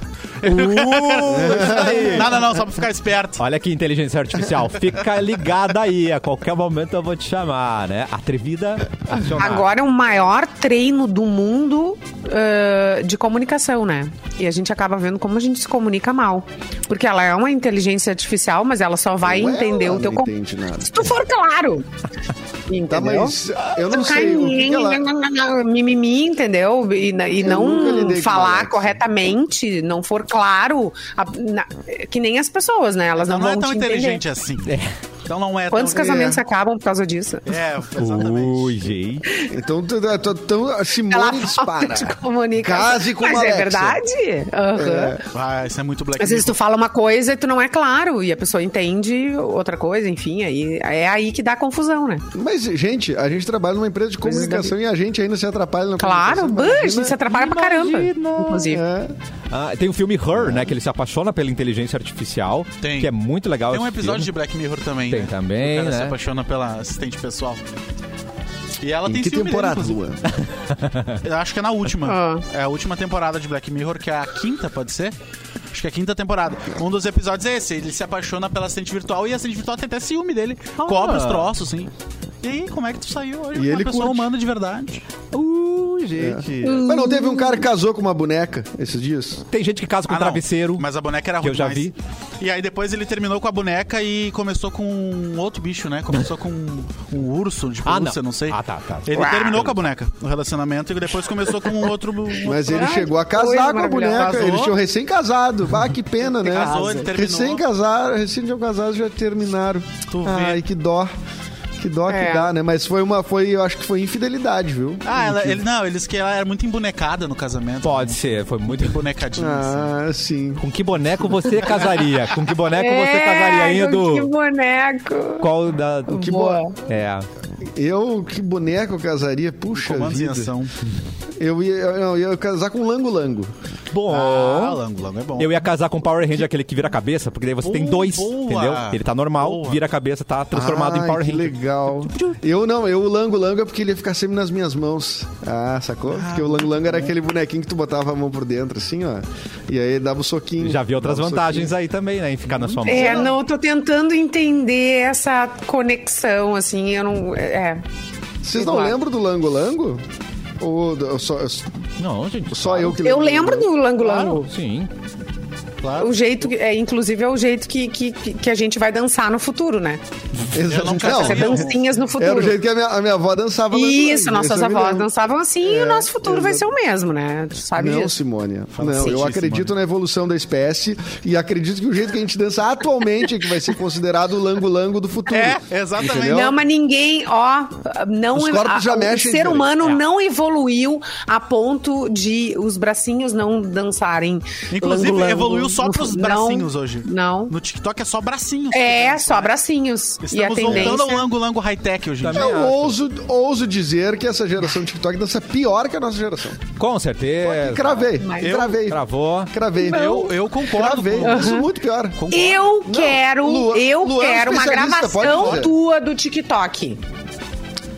C: <laughs>
B: nada não, só pra ficar esperto.
A: Uh, Olha que inteligência artificial. Fica ligada aí. A qualquer momento eu vou te chamar, né? Atrevida, acionar.
D: Agora é o maior treino do mundo ah, de comunicação, né? E a gente acaba vendo como a gente se comunica mal. Porque ela é uma inteligência artificial, mas ela só vai
C: Ou
D: entender
C: ela
D: o teu...
C: não
D: com-
C: entende nada.
D: Se tu
C: <laughs>
D: for claro.
C: Tá,
D: Entendeu?
C: mas eu não sei o que é que ela...
D: Mimimi, entendeu? E, na- e
C: Eu nunca lidei
D: não
C: com
D: falar
C: Alexa.
D: corretamente, não for claro, a- na- que nem as pessoas, né? Elas
B: Não,
D: não,
B: não
D: vão
B: é tão
D: te entender.
B: inteligente assim. Então não é
D: Quantos
B: tão...
D: casamentos
C: É.
D: acabam por causa disso?
B: É, exatamente.
A: Ui, gente.
C: Então, tu- tu- tu- tu- a
D: Ela
C: Simone
D: falta
C: dispara.
D: <laughs> de comunicação.
C: Case com
D: Mas
C: uma
D: é
C: Alexa.
D: verdade? Aham.
B: Ah, isso é muito black.
D: Às vezes tu fala uma coisa e tu não é claro, e a pessoa entende outra coisa, enfim, aí é aí que dá confusão, né?
C: Mas, gente, a gente trabalha numa empresa de
D: Coisas da
C: comunicação e a gente ainda se atrapalha na
D: Claro,
C: comunicação.
D: bah, a gente se atrapalha pra caramba,
A: Imagina.
D: inclusive.
C: É.
A: Ah, tem o filme Her, né? Que ele se apaixona pela inteligência artificial.
B: Tem.
A: Que é muito legal.
B: Tem um
A: esse
B: episódio de
A: filme.
B: Black Mirror também.
A: Tem
B: né?
A: também,
B: O cara se
A: né?
B: apaixona pela assistente pessoal. E ela
C: Em
B: tem
C: que
B: ciúme dele,
C: temporada?
B: inclusive.
C: Luan?
B: Eu acho que é na última.
D: Ah.
B: É a última temporada de Black Mirror, que é a quinta, pode ser? Acho que é a quinta temporada. Um dos episódios é esse. Ele se apaixona pela assistente virtual e a assistente virtual tem até ciúme dele. Cobra os troços, sim. E aí, como é que tu saiu hoje?
C: E
B: com uma
C: ele
B: pessoa
C: curte.
B: humana de verdade.
A: Ui, gente.
C: Mas não teve um cara que casou com uma boneca esses dias?
A: Tem gente que casa com
B: Ah, não.
A: travesseiro.
B: Mas a boneca era
A: que
B: ruim.
A: eu já
B: demais.
A: vi.
B: E aí depois ele terminou com a boneca e começou com um outro bicho, né? Começou com um, um urso de
A: Ah, não.
B: pelúcia, não. sei.
A: Ah, tá, tá.
B: Ele terminou com a boneca o relacionamento e depois começou com um outro.
C: <laughs>
B: um
C: Mas
B: outro
C: ele
B: boneco.
C: chegou a
D: coisa
C: casar com a
D: maravilhosa.
C: boneca.
B: Casou.
C: Eles tinham recém-casado. Ah, que pena, né?
B: Casou, ele terminou.
C: Recém-casaram, recém-casaram, já terminaram.
B: Tu vê.
C: Ai, que dó. Que dó
D: É.
C: que dá, né? Mas foi uma, foi, eu acho que foi infidelidade, viu?
B: Ah, ela, ele, não, eles que ela era muito embonecada no casamento.
A: Pode ser, foi muito.
B: Bonecadinha. assim.
C: Ah, sim.
A: Com que boneco você casaria? Com que boneco você
D: É,
A: casaria ainda?
D: com Que boneco.
A: Qual da. do
C: Que
D: Boa.
C: bo-
A: É.
C: Eu, que boneco eu casaria? Puxa
B: Comandos em
C: vida.
B: ação.
C: Eu ia, eu, não, eu ia casar com um lango-lango.
A: Bom.
B: Ah, Lango, Lango é bom.
A: Eu ia casar com o Power Ranger, aquele que vira a cabeça, porque daí você tem
B: Boa,
A: dois,
B: boa.
A: entendeu? Ele tá normal,
B: Boa.
A: vira a cabeça, tá transformado em
C: Ai,
A: Power
C: Ah, que
A: Ranger.
C: legal. Eu não, eu o lango-lango é porque ele ia ficar sempre nas minhas mãos. Ah, sacou? porque o lango-lango era aquele bonequinho que tu botava a mão por dentro, assim, ó. E aí dava o soquinho.
A: Já vi outras
C: Dava o
A: vantagens aí também, né? Em ficar na sua mão.
D: É, não, eu tô tentando entender essa conexão, assim, eu não. É.
C: soquinho. Vocês não
D: Eduardo.
C: lembram do lango-lango? Ou do- só,
A: Não, gente.
C: só eu que
D: Eu lembro do Lango
A: Claro,
D: Lango.
A: sim.
D: o jeito, que- é, inclusive, é o jeito que, que, que que a gente vai dançar no futuro, né?
C: Exato.
B: não
D: Vai ser
B: sabia.
C: Não,
D: dancinhas no futuro.
C: era o jeito que a minha, a minha avó dançava. na
D: Isso,
C: Disney,
D: nossas
C: isso é eu me
D: avós
C: lembro.
D: dançavam assim e o nosso futuro vai ser
C: exato.
D: o mesmo, né? Tu sabe
C: É, Não,
D: disso.
C: Simônia.
B: Fala
C: Não, eu
B: certíssimo,
C: acredito
B: né?
C: na evolução da espécie e acredito que o jeito que a gente dança atualmente é que vai ser considerado o lango-lango do futuro.
B: É, exatamente.
C: Entendeu?
D: Não, mas ninguém, ó, não
C: Os corpos já
D: o
C: mexem
D: ser
C: diferente.
B: É.
D: humano não evoluiu a ponto de os bracinhos não dançarem.
B: Inclusive,
D: lango-lango.
B: evoluiu só pros
D: Não,
B: bracinhos hoje.
D: Não.
B: No TikTok é só bracinhos.
D: É, só bracinhos. e a
B: Estamos voltando
D: tendência.
B: ao lango-lango high-tech hoje em dia.
C: Eu ouso, ouso dizer que essa geração de TikTok dança pior que a nossa geração.
A: Com certeza.
C: Cravei,
D: Mas-
C: cravei,
A: Travou.
C: cravei.
B: Eu, eu concordo.
C: Cravei,
B: com-
C: isso é muito pior.
D: Eu
C: Não,
D: quero,
C: Luan-
D: eu
C: Luan é um
D: quero uma
C: especialista, pode
D: gravação
C: dizer.
D: tua do TikTok.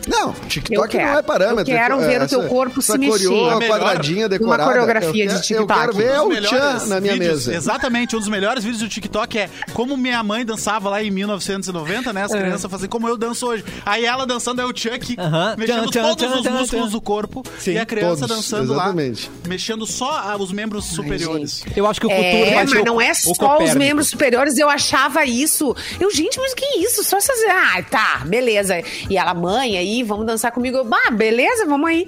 C: Não,
D: Eu
C: TikTok
D: quero.
C: não é parâmetro.
D: Eu quero ver o
C: essa-
D: teu corpo se
C: essa
D: mexer.
C: coreô,
B: É A melhor-
C: quadradinha, decorada.
D: coreografia
C: Eu
D: de
C: quero-
D: TikTok.
C: Eu quero ver
B: Um dos
C: É o
B: melhores
C: Tchan na minha
B: vídeos-
C: mesa.
B: Exatamente, um dos melhores vídeos do TikTok é como minha mãe dançava lá em 1990,
A: É.
B: né? As crianças fazem como eu danço hoje. Aí ela dançando é o Tchan que
A: Aham.
B: mexendo
A: Tchan, tchan,
B: todos
A: tchan,
B: os
A: tchan,
B: músculos
A: tchan.
B: do corpo
A: Sim,
B: e a criança
C: todos,
B: dançando
C: exatamente.
B: lá, mexendo só ah, os membros superiores.
A: Eu acho que o futuro
D: É,
A: vai
D: mas
A: ser o-
D: não é
A: o
D: só os
A: Copérnico.
D: membros superiores, eu achava isso. Eu, gente, mas que isso? Só essas. Ah, tá, beleza. E ela, mãe, aí, vamos dançar comigo. Eu, Bah, beleza, vamos aí.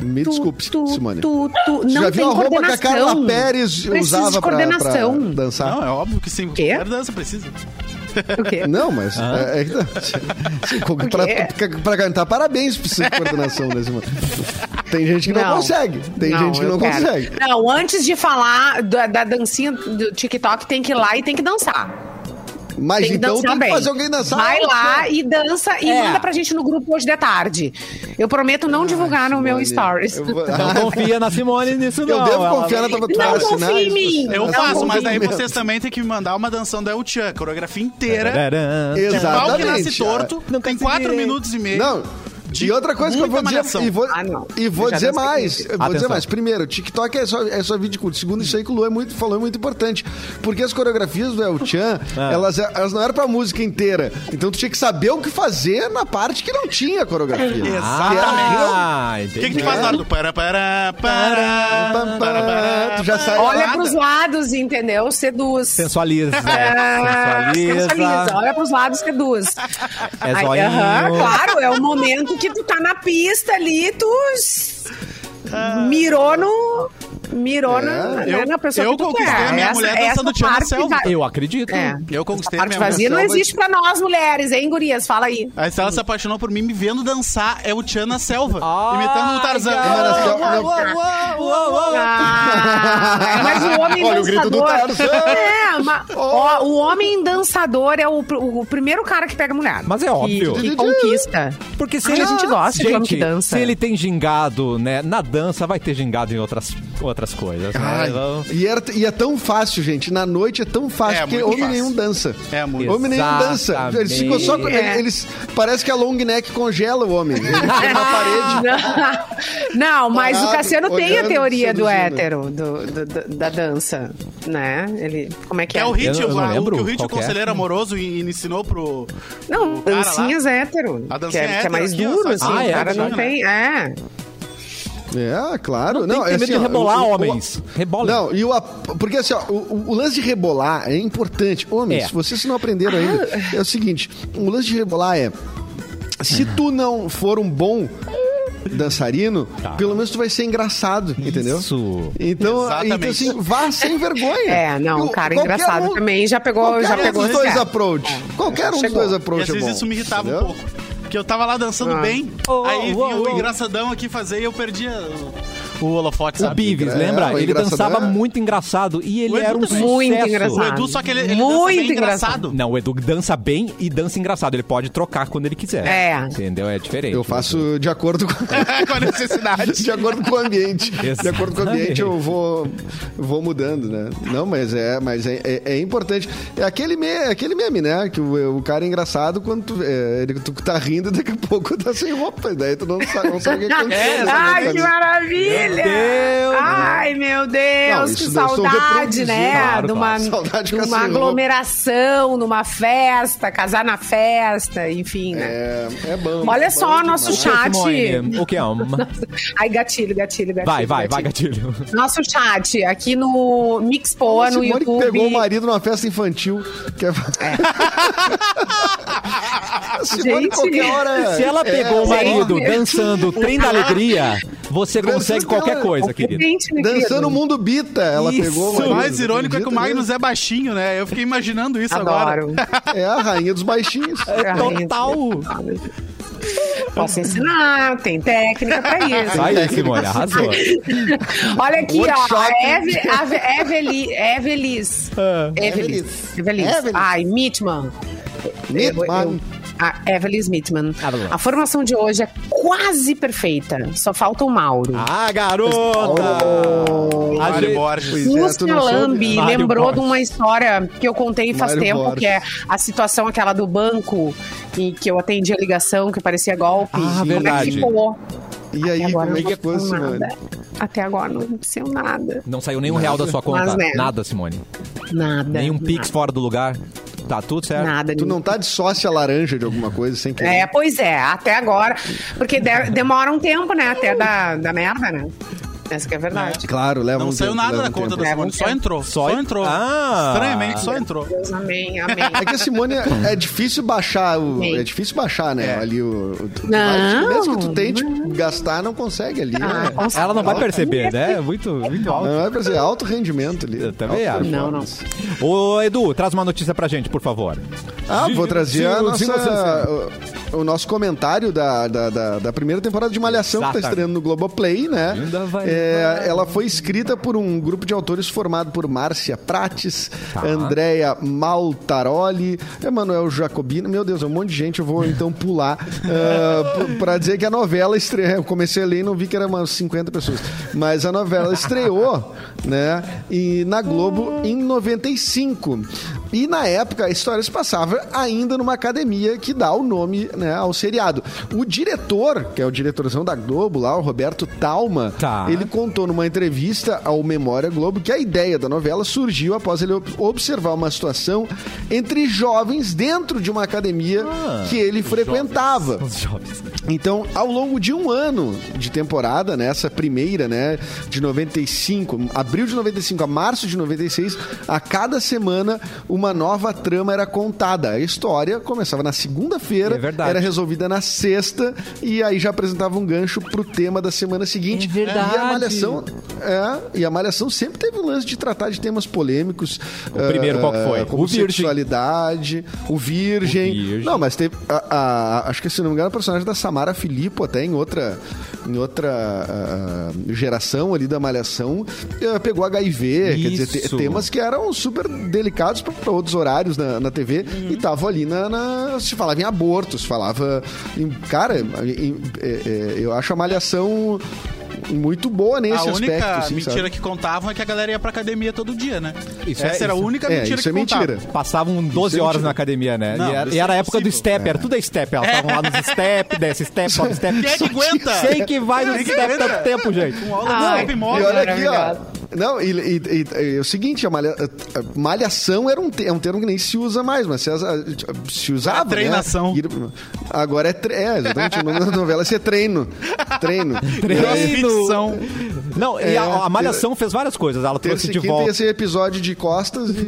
C: Me
D: Tu,
C: desculpe,
D: tu,
C: Simone.
D: tu, tu.
C: Você
D: Não
C: já
D: tem
C: viu a roupa que a
D: coordenação.
C: Carla Pérez
D: Precisa
C: usava
D: de
C: pra, pra
D: coordenação.
C: dançar?
B: Não, é óbvio que sim.
D: Quê?
B: Qualquer dança precisa.
D: O quê?
C: Não, mas
D: Ah.
C: é, é que
D: <laughs>
C: não. Se- co- pra, pra- pra cantar parabéns pra você de coordenação, né, Simone? Tem gente que não, consegue. Tem gente que
D: eu
C: não
D: quero.
C: consegue.
D: Não, antes de falar da, da dancinha do TikTok, tem que ir lá e tem que dançar.
C: Mas
D: Tem que
C: então
D: dançar
C: tem que
D: bem.
C: fazer alguém dançar. é
D: Vai
C: Olha,
D: lá e dança e
A: É.
D: manda pra gente no grupo hoje de tarde. Eu prometo não divulgar no meu
C: Simone,
D: stories. <laughs>
C: eu vou-
A: Não confia na Simone nisso, não.
C: <laughs> Eu devo
A: Ela-
C: confiar na tua né? tu
D: né? Não
C: dá
D: confia
C: sinais,
D: em mim.
C: tu-
B: Eu
D: Não,
B: faço,
D: não
B: mas daí
D: tem
B: vocês também têm que me mandar uma danção da El Tchan, coreografia inteira.
A: Tcharam.
B: Pau é que nasce
C: É Exatamente.
B: torto,
A: Não
B: tem
A: conseguirei.
B: quatro minutos e meio.
C: Não.
B: De
C: E outra coisa que eu
B: muita
C: vou dizer,
B: malhação. Ah,
C: e vou,
D: Ah, não.
C: e vou
D: Eu já
C: dizer
D: dancei
C: mais,
D: muito.
C: eu vou dizer
A: Atenção.
C: mais. Primeiro, TikTok é só, é só vídeo curto. Segundo, isso aí que o Lu é muito, falou é muito importante. Porque as coreografias do El
B: <laughs>
C: Chan,
B: É.
C: elas, elas não eram pra música inteira. Então tu tinha que saber o que fazer na parte que não tinha coreografia.
A: Ah,
B: O que, que
A: entendi.
B: tu faz na hora do para, para, para,
C: É. Pam, pam, Tu já sai
D: Olha
C: lá.
D: pros lados, entendeu? Seduz. <laughs>
A: Sensualiza.
D: Ah, sensualiza.
A: sensualiza.
D: Olha pros lados, seduz.
A: É
D: Aí,
A: zoinho.
D: aham, claro, é o momento que tu tá na pista ali, tu s-
C: Ah.
D: mirou no. Mirou
C: É.
D: na, né,
B: Eu-
D: na pessoa
B: eu
D: que tu
B: conquistei
D: quer.
B: a minha mulher dançando
D: essa
B: Tiana
D: parte
B: Selva.
D: vai-
A: Eu acredito.
D: É.
B: Eu conquistei
D: Parte
B: minha
D: vazia não é
C: Selva.
D: existe pra nós mulheres, hein, gurias? Fala aí.
B: Aí se ela se apaixonou por mim, me vendo dançar, é o Tchan na selva.
A: Ah,
B: imitando o Tarzan. assim,
A: cara.
C: Olha só, não.
D: Ah, mas o homem
C: Olha o grito do
D: dançador.
C: Tarzan.
D: é, ma- ó, o homem dançador é o, pr- o primeiro cara que pega mulher.
A: Mas é
D: Que-
A: óbvio.
D: Que, conquista.
A: Porque se
D: Ai,
A: ele,
D: a gente gosta de homem que dança.
A: Se ele tem gingado, né, na dança, vai ter gingado em outras, outras coisas. né?
C: Ai,
A: Vamos-
C: e, era- e é tão fácil, gente. Na noite é tão fácil,
B: É,
C: porque
B: muito
C: homem
B: fácil.
C: nenhum dança.
B: É muito.
C: Homem nenhum dança. Eles ficam só. com-
D: É.
C: Eles, parece que a long neck congela o
D: <laughs>
C: homem. Ele fica na parede.
D: Não, mas o
C: Parado,
D: Cassiano tem a
C: Ah. olhando,
D: teoria do
C: seduzindo.
D: hétero, do- do- do- da dança, né? Ele, como é que é?
B: É o Hit,
A: Eu não- eu não
B: o-
A: lembro
B: o que o Hit,
A: qual
B: o
A: que é.
B: conselheiro amoroso, e- e ensinou pro.
D: Não,
B: pro cara lá.
D: dancinhas hétero,
B: A dancinha
D: que, é, que é
B: hétero
D: mais
B: aqui, ó,
D: duro,
B: só
D: assim,
A: assim,
D: o cara não
B: né?
D: tem... É,
C: É, claro.
A: Tem
C: Não,
A: que ter
C: é
A: medo
C: assim,
A: de
C: ó,
A: rebolar,
C: o- o-
A: homens. Rebolem.
C: Não, e o, ap- porque assim, ó, o, o- o lance de rebolar é importante.
A: É.
C: Homens,
A: Ah.
C: se vocês não aprenderam ainda, é o seguinte: o lance de rebolar é. Se tu não for um bom dançarino, pelo menos tu vai ser engraçado, entendeu?
A: Tá. Isso.
C: Então,
B: Exatamente.
C: então assim, vá sem vergonha.
D: é, não,
C: Eu-
D: o cara
C: qualquer
D: engraçado
C: um-
D: também já pegou...
C: Qualquer
D: Já
C: um
D: pegou
C: dos dois
D: resgate.
C: approach. Qualquer um
D: Chegou.
C: dos dois
B: E
C: approach
B: às
C: é
B: vezes
C: bom.
B: isso me irritava
C: entendeu?
B: um pouco. Porque eu tava lá dançando
D: Ah.
B: bem,
A: Oh,
B: aí
A: oh,
B: vinha
A: oh,
B: o
A: oh.
B: engraçadão aqui fazer e eu perdia o, o holofote,
A: O
B: sabe?
A: Bives,
C: É,
A: lembra?
C: o
A: ele
C: engraçadão
A: dançava
C: é-
A: muito engraçado e ele
B: O Edu
A: era um
B: também.
A: sucesso.
D: Muito
B: O
D: engraçado.
B: Edu, só que ele, ele
D: Muito
B: dança bem
D: engraçado.
B: engraçado.
A: Não, o Edu dança bem e dança engraçado. Ele pode trocar quando ele quiser.
D: É.
A: Entendeu? É diferente.
C: Eu faço de acordo com.
B: Com a necessidade.
C: De acordo com o ambiente. De
A: Exatamente.
C: acordo com o ambiente, eu vou, vou mudando, né? Não, mas é, mas é, é- é importante. É aquele, me, é aquele meme, né? Que o, o cara é engraçado quando tu, é, ele, tu
D: <laughs>
C: tá rindo e daqui a pouco tá sem roupa. Daí tu não sabe, não sabe o que aconteceu.
D: Ai, que É, maravilha! Olha!
A: Deus!
D: Ai, meu Deus,
C: Não,
D: que
C: isso daí são
D: saudade, né?
A: claro,
D: de uma,
A: claro.
C: Saudade assim,
D: de uma
C: Cassiano.
D: aglomeração, numa festa, casar na festa, enfim, né?
C: É, é bom.
D: Olha só,
C: Bom
D: nosso
C: demais.
D: chat.
A: Simone, o que é? Um...
D: <laughs> Ai, gatilho, gatilho, gatilho.
A: Vai, vai, vai, gatilho.
D: Nosso chat aqui no Mixpoa, no
C: Simone que
D: YouTube.
C: pegou o marido numa festa infantil. Que é... <laughs> A Simone,
D: Gente.
C: qualquer hora. é
A: Se ela pegou o
D: sim.
A: marido dançando o trem da alegria, você consegue qualquer
C: ela-
A: coisa, querida.
D: Gente, meu
C: Dançando
D: querido.
C: o mundo bita, ela
A: Isso.
C: pegou.
B: O
C: marido,
B: mais irônico é que o
C: acredita
B: Magnus é baixinho, né? Eu fiquei imaginando isso agora.
C: <laughs>
D: Adoro.
C: mesmo? É a rainha dos baixinhos.
D: É
A: Total.
D: Posso ensinar, tem técnica pra isso.
A: Aí, Simone, arrasou.
D: Olha aqui, ó.
C: Workshop.
D: A Eve, a Eve- Eveli, Evelis. Evelis. Evelis.
C: Evelis.
D: Ai, Mitman.
C: Mitman.
D: Eu- eu- A Evelis Mitman.
C: Ah,
A: Evelis.
D: A formação de hoje é quase perfeita. Só falta o Mauro.
A: Ah, garota!
C: Oh.
A: A
B: Mário
A: gente-
B: Borges.
C: Pois é, tu
D: Lúcia
C: não soube?
D: Lambi
A: Mário
D: lembrou
A: Borges.
D: de uma história que eu contei faz
C: Mário
D: tempo,
C: Borges.
D: que é a situação aquela do banco e que eu atendi a ligação, que parecia golpe.
A: Ah,
D: Como é que
A: verdade.
D: ficou?
C: E aí,
D: Até agora
C: como é
D: não
C: que foi,
D: aconteceu
C: Simone?
D: nada. Até agora não aconteceu nada.
A: Não saiu nenhum real da sua conta.
D: Mas, né?
A: Nada, Simone.
D: Nada.
A: Nenhum
D: nada,
A: pix fora do lugar. Tá tudo certo.
D: Nada.
C: Tu
D: nenhum.
C: não tá de sócia laranja de alguma coisa sem querer.
D: É, pois é, até agora. Porque de- demora um tempo, né? Até da, da merda, né? Essa que é a verdade.
C: Claro, leva
B: Não
C: um
B: saiu
C: tempo,
B: nada
C: leva
B: da
C: um
B: conta
C: tempo.
B: da
D: Leva um
B: Simone, só
D: tempo.
B: entrou.
A: Só
B: Só
A: en-
B: entrou.
A: Ah.
B: Estranhamente, só entrou.
D: Deus,
C: <laughs>
D: amém, amém.
C: É que a Simone é difícil baixar o.
D: Sim.
C: É difícil baixar, né? Ali o. o tu-
D: Não,
C: mesmo que tu tente gastar, não consegue ali.
D: Ah,
C: né?
D: com certeza.
A: Ela não vai perceber, né? Muito, muito alto.
C: Não é pra ser alto rendimento ali.
A: Eu também
C: Alta
A: acho.
D: Não, não.
C: performance.
A: Ô, Edu, traz uma notícia pra gente, por favor.
C: Ah, vou trazer a
A: Sim, sim, sim, sim.
C: nossa, o, o nosso comentário da, da, da- da primeira temporada de Malhação que
A: Exatamente.
C: tá estreando no Globoplay, né?
A: Ainda vai-
C: É, ela foi escrita por um grupo de autores formado por Márcia Prates, Andréia Maltaroli, Emanuel Jacobino. Meu Deus, é um monte de gente, eu vou então pular ah, p- pra dizer que a novela estreou. Eu comecei a ler e não vi que era umas 50 pessoas. Mas a novela estreou, né? E na Globo em 95. E na época a história se passava ainda numa academia que dá o nome né, ao seriado. O diretor, que é o diretorzão da Globo lá, o Roberto Talma,
A: Tá.
C: ele contou numa entrevista ao Memória Globo que a ideia da novela surgiu após ele ob- observar uma situação entre jovens dentro de uma academia que ele frequentava.
A: Os jovens.
C: Então, ao longo de um ano de temporada, né, essa primeira, né, de 95, abril de 95 a março de 96, a cada semana uma nova trama era contada. A história começava na segunda-feira,
A: É verdade.
C: era resolvida na sexta e aí já apresentava um gancho pro tema da semana seguinte.
A: É verdade.
C: E a Malhação, é, e a Malhação sempre teve o lance de tratar de temas polêmicos. eh,
A: O primeiro qual que foi?
C: Como
A: O Virgem.
C: sexualidade, o virgem.
A: O virgem.
C: Não, mas teve. a- a- acho que, se não me engano, a personagem da Samara Filippo, até em outra, em outra ah, geração ali da Malhação, eh, pegou HIV. Quer dizer, te-
A: Isso.
C: temas que eram super delicados para outros horários na, na TV
B: Uhum.
C: e estavam ali na, na- Se falava em aborto, se falava. Em, cara, em- em- eh, eh, eu acho a Malhação muito boa nesse
B: A
C: aspecto.
B: única
C: assim,
B: mentira
C: sabe?
B: que contavam é que a galera ia pra academia todo dia, né?
A: Isso é-
B: Essa era a
A: isso-
B: única
C: É,
B: mentira
C: isso
B: que
C: é mentira.
B: contava.
A: Passavam 12
C: Isso é
A: horas
C: mentira.
A: na academia, né?
B: Não,
A: e era,
B: isso
A: e era
B: é
A: a época do
B: impossível.
A: step, era tudo a step. Elas estavam lá nos step, desce step, sobe step.
B: É. Quem é que aguenta?
A: Sei que vai no
B: Quem é que
A: step
B: aguenta?
A: tanto tempo, gente.
B: Com Um aula né?
D: Ai,
B: de
C: E
B: hipnose.
D: Olha,
C: olha aqui, ó.
D: maravilhoso.
C: Não, e, e- e- e é o seguinte, a malha- a malhação era um, te- é um termo que nem se usa mais, mas se, asa- se usava.
B: Agora é treinação.
C: Né? Ir- Agora é, tre... é, exatamente. O nome da novela é ser treino.
A: <laughs>
C: Treino.
B: Crossfitção.
A: Não, e a, a
C: É,
A: Malhação fez várias coisas. Ela
C: Terça
A: trouxe
C: e
A: de
C: quinta
A: volta.
C: ia ser episódio de costas e,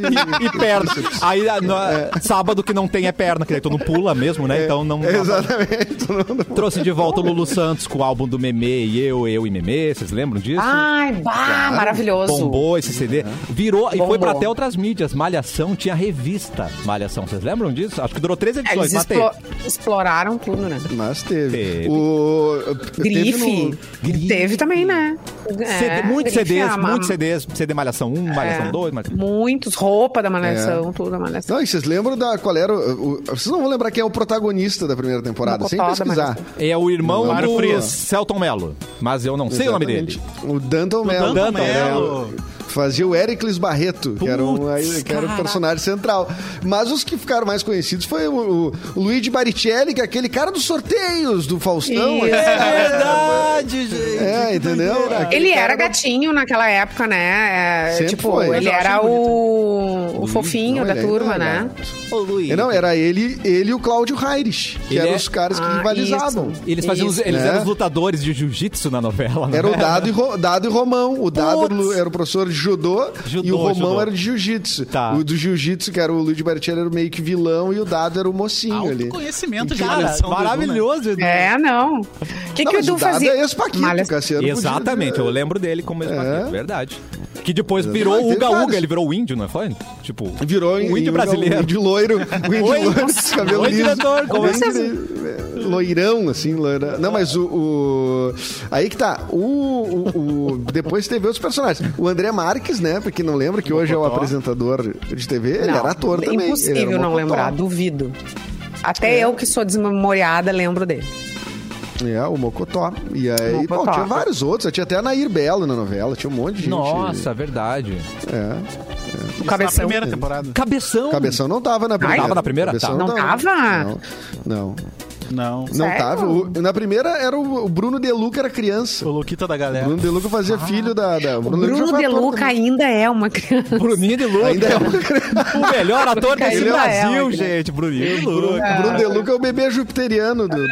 A: e perna. Aí a- no- sábado que não tem é perna, que daí tu não pula mesmo,
C: É.
A: né? <laughs> Então não.
C: Exatamente. Não- não-
A: Trouxe de volta o Lulu Santos com o álbum do Meme e eu, eu e Meme. Vocês lembram disso?
B: Ah,
D: Ai, bah, maravilhoso.
A: Bombou esse CD.
C: Uhum.
A: Virou e foi
D: Bombou.
A: pra até outras mídias. Malhação tinha revista. Malhação, vocês lembram disso? Acho que durou três
D: É,
A: edições,
D: Eles
A: matei.
D: explo- exploraram tudo, né?
C: Mas teve.
A: Teve.
C: O...
D: Grife.
C: Teve
A: Grife.
D: Teve também, né?
A: CD, muitos
D: grife
A: CDs,
D: é uma-
A: muitos CDs. CD Malhação 1, Malhação 2, Malhação...
D: Muitos, roupa da
C: É.
D: malhação, tudo da malhação.
C: Não, e vocês lembram da qual era. O... o- Vocês não vão lembrar quem é o protagonista da primeira temporada, sem
D: Mocotó da
C: pesquisar.
D: Malhação.
A: É o irmão
C: Mário
A: do
C: Frias.
A: Celton Mello. Mas eu não sei o nome dele.
C: Exatamente. O Danton Mello.
B: Danton
A: Mello.
B: Mello.
C: Fazia o Éricles Barreto, que, era um,
A: Putz,
C: que era o
A: cara.
C: personagem central. Mas os que ficaram mais conhecidos foi o, o Luigi Baricelli, que é aquele cara dos sorteios do Faustão. né?
D: Isso.
C: aquele cara-
A: É verdade, gente.
C: É,
A: que
C: entendeu?
A: doideira.
C: Aquele
D: Ele era
C: cara da-
D: gatinho naquela época, né? É,
C: Sempre
D: tipo,
C: foi. Mas
D: ele
C: eu
D: era o, o fofinho
C: Não,
D: da
C: ele é
D: turma, né?
C: legal.
A: Ô, Luiz.
C: É, Não, era ele, ele e o Cláudio Reires, que
A: Ele
C: eram
A: é-
C: os caras que
D: Ah,
C: rivalizavam.
D: isso.
A: Eles, faziam os-
D: Isso.
A: eles
C: Né?
A: eram os lutadores de jiu-jitsu na novela, né?
C: Era o Dado e, Ro- Dado e Romão. O Dado
A: Putz.
C: era o professor de judô,
A: Judô,
C: e o Romão
A: judô.
C: era de jiu-jitsu.
A: Tá.
C: O do jiu-jitsu, que era o Luiz Bartieri, era meio que vilão e o Dado era o mocinho ali.
B: Autoconhecimento de
A: Cara,
B: malhação do Edu, né?
A: maravilhoso. Edu.
D: É, não. O que,
C: Não,
D: que o
C: mas
D: Edu
C: Dado
D: fazia?
C: é ex-paquito,
D: Malha-
C: Cassiano. podia-
A: Exatamente, eu lembro dele como mesmo é. verdade. Que depois virou
C: Mas
A: o
C: teve
A: Uga
C: vários.
A: Uga, ele virou o índio, não foi? Tipo,
C: Virou em-
A: o
C: em-
A: índio
C: Um
A: brasileiro.
C: índio loiro. Um índio
A: Oi. <laughs>
C: loiro com cabelo
A: Oi,
C: liso.
A: diretor, como é
C: Bem
A: vocês-
C: dire- Loirão, assim, loira. Não, mas o... o- Aí que tá. O, o- o- Depois teve outros personagens. O André Marques, né? Pra quem não lembra, que hoje é o
A: Mocotó.
C: apresentador de TV, ele
D: Não, é
C: era ator também. Ele era
D: Impossível
C: o
D: não
C: Mocotó.
D: lembrar, duvido. Até eu que sou desmemoriada lembro dele.
C: É, o Mocotó. E aí,
D: Mocotó.
C: bom, tinha vários outros. Tinha até a Nair Belo na novela. Tinha um monte de gente.
A: Nossa, verdade.
C: É.
B: Isso na
D: cabeção.
B: primeira temporada.
A: Cabeção.
C: Cabeção não tava na primeira.
A: tava na primeira?
C: Cabeção
A: Tá.
D: Não tava?
C: Não. não.
B: Não.
C: Não
D: Sério?
C: tava. O- na primeira era o, o Bruno Deluca era criança.
B: O Luquita da
C: O
B: galera.
C: Bruno Deluca fazia filho da. da- o Deluca já
D: Bruno
C: foi
D: De
C: ator
D: Luca
C: também.
D: ainda é uma criança.
A: Bruninho de Luca.
C: Ainda é um-
A: O melhor ator desse
D: Ainda é,
A: Brasil,
D: olha.
A: gente. Bruninho de
C: O
A: Luca.
C: Bruno Deluca é o bebê jupiteriano do, do, do,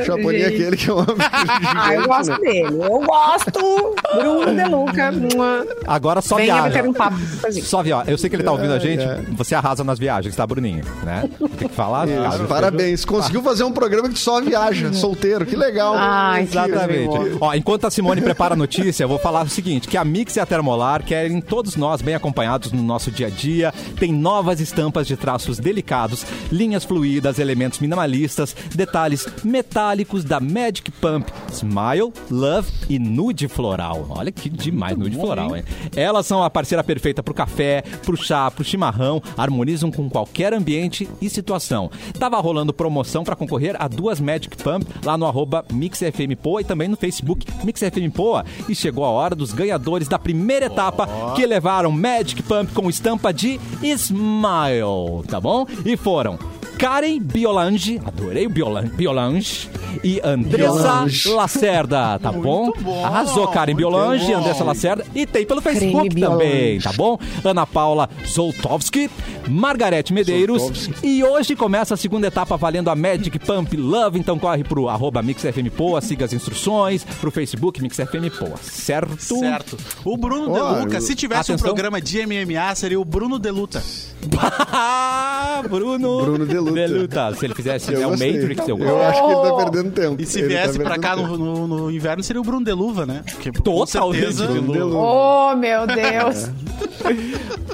C: do Chapolin,
D: Ah, gente.
C: aquele que é um
D: <laughs>
C: homem
D: Ah, eu
C: gigante,
D: gosto
C: né?
D: dele. Eu gosto. Bruno De Luca. Uma...
A: Agora só
D: Venha
A: viaja.
D: bater um papo com a gente.
A: Só viaja. Eu sei que ele tá ouvindo a gente.
C: é.
A: Você arrasa nas viagens, tá, Bruninho? Né? Tem que falar.
C: Isso,
A: cara.
C: Ah, Parabéns. Conseguiu fazer um programa que só
D: Uhum.
C: viaja, solteiro. Que legal.
D: Ai,
A: Ah, Exatamente. Ó, enquanto a Simone prepara a notícia, eu vou falar o seguinte: que a Mix e a Termolar querem todos nós bem acompanhados no nosso dia a dia. Tem novas estampas de traços delicados, linhas fluídas, elementos minimalistas, detalhes metálicos da Magic Pump, Smile, Love e Nude Floral. Olha que demais, nude floral, hein? Elas são a parceira perfeita pro café, pro chá, pro chimarrão, harmonizam com qualquer ambiente e situação. Tava rolando promoção para concorrer a duas Magic Pump lá no arroba MixFMPoa e também no Facebook MixFMPoa. E chegou a hora dos ganhadores da primeira etapa que levaram Magic Pump com estampa de Smile, tá bom? E foram Karen Biolange, adorei o Biolan- Biolange, e Andressa
C: Biolange.
A: Lacerda, tá bom?
B: bom,
A: Arrasou Karen
B: muito
A: Biolange,
B: bom.
A: Andressa Lacerda e tem pelo Facebook
D: Creme
A: também,
D: Biolange.
A: tá bom? Ana Paula Zoltowski, Margarete Medeiros e hoje começa a segunda etapa valendo a Magic Pump Love, então corre pro arroba MixFMPoa, siga as instruções, pro Facebook MixFMPoa, certo?
B: Certo. O Bruno
C: Ó,
B: Deluca,
C: eu-
B: se tivesse
A: Atenção.
B: um programa de MMA, seria o Bruno Deluta.
A: <laughs> Ah, Bruno,
C: Bruno Deluta.
A: Se ele fizesse
C: Eu
A: né, o
C: gostei.
A: Matrix, eu
C: Eu
A: gosto.
C: acho que ele
D: Oh.
C: tá perdendo tempo.
B: E se
C: Ele tá
B: viesse pra
C: perdendo
B: cá
C: tempo.
B: no, no- no inverno, seria o Bruno Deluva, né? Porque, com
A: Totalmente
B: certeza,
A: Bruno Deluva.
D: Oh, meu
C: É.
D: Deus.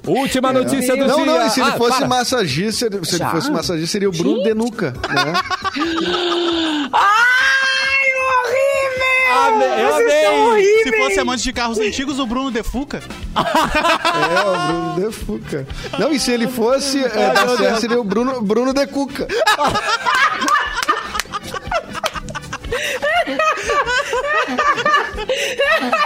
A: Última notícia do
C: Não,
A: dia.
C: não, e se ele
A: Ah,
C: fosse
A: para.
C: massagista, ele- se ele
D: Oh. Já?
C: fosse massagista, seria o Bruno Denuca, né?
D: Ai, horrível!
A: Amei, eu
D: Vocês são
A: amei.
D: horríveis!
B: Se fosse amante de carros antigos, o Bruno Defuca.
C: É, o Bruno Defuca. Não, e se ele fosse é, massagista, seria o Bruno, Bruno Decuca.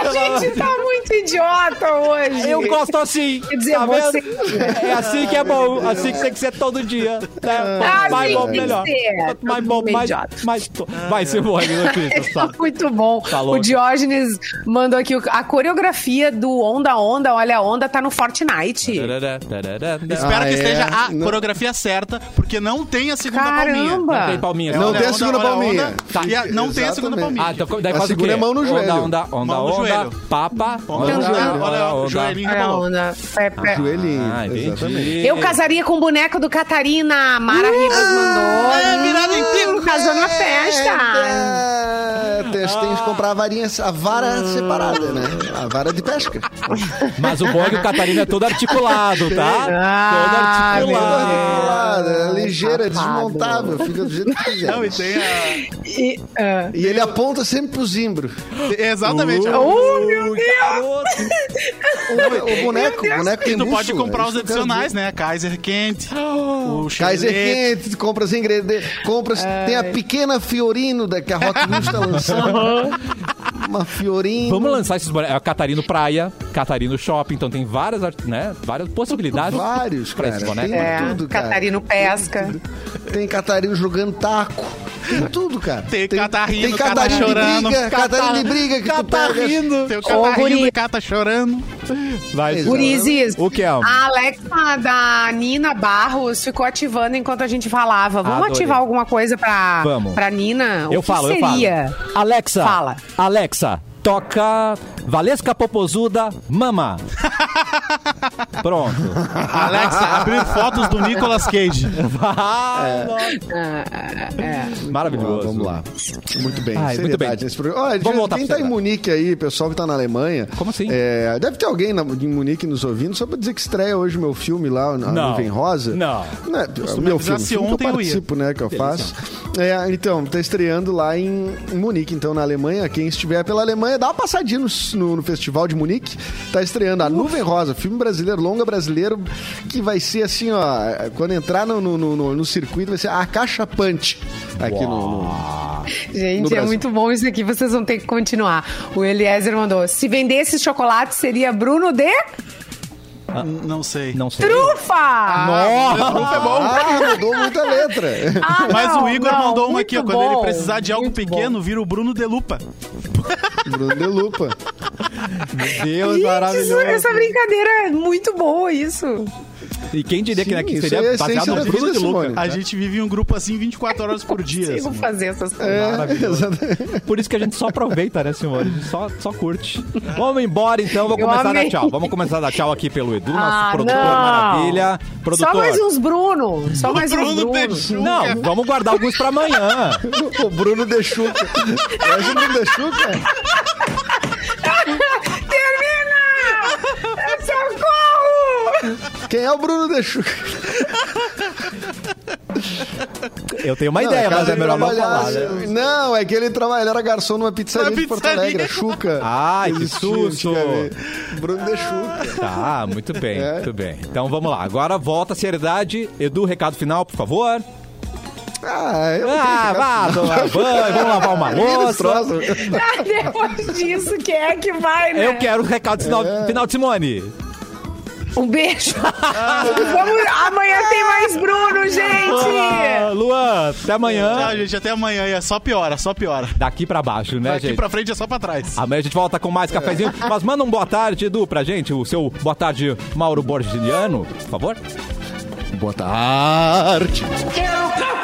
D: A gente tá muito idiota hoje.
A: Eu gosto assim.
D: Quer dizer,
A: tá vendo?
D: você-
A: É assim que é bom. Assim que tem que ser todo dia. Né? Quanto mais
D: assim
A: bom,
D: tem que
A: melhor.
D: ser.
A: Quanto mais
D: Tá
A: bom,
D: meio
A: mais.
D: idiota.
A: mais to... Vai, Simone,
D: <laughs>
A: notícia.
D: Tá muito bom.
A: louco.
D: o Diógenes mandou aqui o- a coreografia do Onda Onda, olha a onda, tá no Fortnite.
B: Espero
C: Ah,
B: que
C: é?
B: esteja a
C: Não.
B: coreografia certa, porque não tem a segunda palminha.
A: Não tem
D: Caramba!
A: palminha.
B: É
C: Não
B: olha
C: tem a
B: a onda,
C: segunda
B: olha a
C: palminha.
B: onda.
C: Tá.
B: E a- não tem a segunda
C: Exatamente.
B: palminha.
A: Ah, então daí faz
C: A segunda
A: o
C: é
A: quê?
C: mão no joelho.
A: Onda, onda, onda,
B: Mão no
A: onda.
B: joelho.
A: Papa,
B: Onda
A: onda,
B: no joelho.
A: onda,
B: Olha o
A: onda.
B: joelhinho.
D: Olha a onda. Pé, pé.
C: Joelhinho,
A: Ah, entendi.
C: exatamente.
D: é, Eu casaria com o boneco do Catarina. Mara Ribas mandou.
B: é, virada em
D: Hum, Casou na festa.
C: É, tem, tem que comprar a varinha, a vara
D: Ah.
C: separada, né? A vara de pesca.
A: Mas o bom é que o Catarina é todo articulado, tá?
D: <laughs> Ah,
A: todo articulado.
C: é ligeira, é
D: safado.
C: desmontável, fica do jeito que quiser.
B: Não, e tem a...
D: E, ah,
C: E ele aponta sempre pro zimbro.
B: Exatamente.
A: Então,
D: Oh, meu Deus!
A: Garoto.
C: O, o boneco, o boneco tem
B: E tu pode
C: músculo, é
B: comprar os
C: isso que eu quero Ah.
B: adicionais, né? Kaiser quente, o
C: Kaiser
B: chevette.
C: quente, tu compra os ingredientes, compras, tem a pequena Fiorino da que a Rock News tá lançando. Uma Fiorina.
A: Vamos
D: Então,
A: lançar esses bonecos. É Catarino Praia, Catarino Shopping, então tem várias, art- né, várias possibilidades.
C: Vários,
A: pra né? esses
C: cara.
A: bonecos.
C: Tem
D: É,
C: tudo, cara.
D: Catarino pesca.
C: Tem Catarino jogando taco. Tem tudo, cara.
B: Tem Catarino,
C: tem
A: tá
B: Cata
C: Catarino de
B: chorando.
C: briga, Catarino de briga que tu pega.
A: Catarino.
B: Teu
D: Ô,
B: cara rindo,
D: guri.
B: cata chorando.
A: Vai,
C: Exato.
D: Gurizes,
A: O que é?
D: a Alexa da Nina Barros ficou ativando enquanto a gente falava. Vamos
A: Adorei.
D: ativar alguma coisa pra,
A: Vamos.
D: pra Nina? O
A: Eu
D: que
A: falo,
D: seria?
A: eu falo. Alexa.
D: Fala.
A: Alexa, toca Valesca Popozuda,
C: <laughs>
A: Mama. Pronto.
C: Ah.
B: Alexa, abrir fotos do Nicolas Cage.
A: Vai, nossa.
D: Ah, é.
A: Maravilhoso.
C: É. Vamos lá. Muito bem.
A: Ai, muito
C: seriedade
A: bem.
C: nesse programa. Olha,
A: Vamos voltar
C: quem
A: pra
C: tá em Munique aí, pessoal que tá na Alemanha.
A: Como assim?
C: é, deve ter alguém na, em Munique nos ouvindo, só pra dizer que estreia hoje meu filme lá, na
A: Não.
C: Nuvem Rosa.
A: Não.
C: Né,
B: tu me
C: meu filme,
B: avisasse
C: filme que
B: ontem,
C: eu
B: eu ia.
C: participo, né, que eu faço. É, então, tá estreando lá em, em Munique, então na Alemanha. Quem estiver pela Alemanha, dá uma passadinha no, no- no Festival de Munique. Tá estreando A Nuvem Rosa, filme brasileiro, longa brasileiro, que vai ser assim, ó, quando entrar no, no, no- no- no circuito, vai ser a caixa punch aqui no- no, No
D: Gente, é
C: Brasil.
D: muito bom isso aqui. Vocês vão ter que continuar. O Eliezer mandou. Se vendesse chocolate, seria Bruno de
B: N- Não sei.
A: Não sei.
D: Trufa!
B: Nossa! é bom.
C: Ah, mudou muita letra. <laughs>
D: Ah,
B: Mas
D: não,
B: o Igor
D: não,
B: mandou uma
D: muito
B: aqui, ó. Quando ele
D: bom,
B: precisar de algo
D: muito
B: pequeno,
D: bom.
B: vira o Bruno Delupa.
C: Bruno de Lupa.
A: Deus,
D: Gente, isso-
A: maravilhoso.
D: essa brincadeira é muito boa, isso.
A: E quem diria que,
C: Sim,
A: né, que
C: isso
A: seria
C: aí é a
A: baseado
C: essência
A: no
C: da
A: Bruno
C: vida,
A: de Luca.
C: Simone.
B: A gente vive em um grupo assim 24 horas por dia.
D: Consigo
B: assim.
D: fazer essas coisas.
C: <laughs> É, exatamente.
A: Por isso que a gente só aproveita, né, Simone? A gente só, só curte. Vamos embora, então. Vou
D: Eu
A: começar a dar
D: amei.
A: tchau. Vamos começar a dar tchau aqui pelo Edu, nosso
D: Ah,
A: produtor
D: não.
A: maravilha. Produtor.
D: Só mais um. uns Bruno. Só mais uns Bruno.
B: Peixoto.
A: Não, vamos guardar alguns pra amanhã.
C: O Bruno de Chuca. Hoje o Bruno de Chuca.
D: Termina!
B: <laughs>
D: É Socorro!
C: Quem é o Bruno de Chuca?
A: Eu tenho uma
C: Não,
A: ideia,
C: cara,
A: mas é
C: ele
A: melhor não falar,
C: trabalhasse-
A: né?
C: Não, é que ele trabalha, ele era garçom numa pizzaria,
B: Uma
C: de Porto
B: pizzaria.
C: Alegre, a Chuca.
A: Ai, Ah, que
C: Existia
A: susto.
C: antigamente. Bruno de Chuca.
A: Tá, muito bem,
C: É.
A: muito bem. Então vamos lá. Agora volta a seriedade. Edu, recado final, por
C: <laughs>
A: favor.
C: Ah, eu não tenho
A: Ah,
C: que
A: vá tomar banho, vamos lavar uma
C: ficar- <laughs> Menino
A: louça.
C: troço.
D: Ah, Depois disso, quem é que vai, né?
A: Eu quero o recado final,
C: É.
A: final de Simone.
D: Um beijo. <laughs> Vamos, amanhã tem mais Bruno, gente.
A: Ah, Luan, até
B: Ah,
A: amanhã.
B: gente, até amanhã. É só piora, só piora.
A: Daqui pra baixo, né,
B: Daqui
A: gente?
B: pra frente é só pra trás.
A: Amanhã a gente volta com mais cafezinho. Mas manda um boa tarde, Edu, pra gente. O seu boa tarde, Mauro Borginiano, por favor.
C: Boa tarde.
G: Quero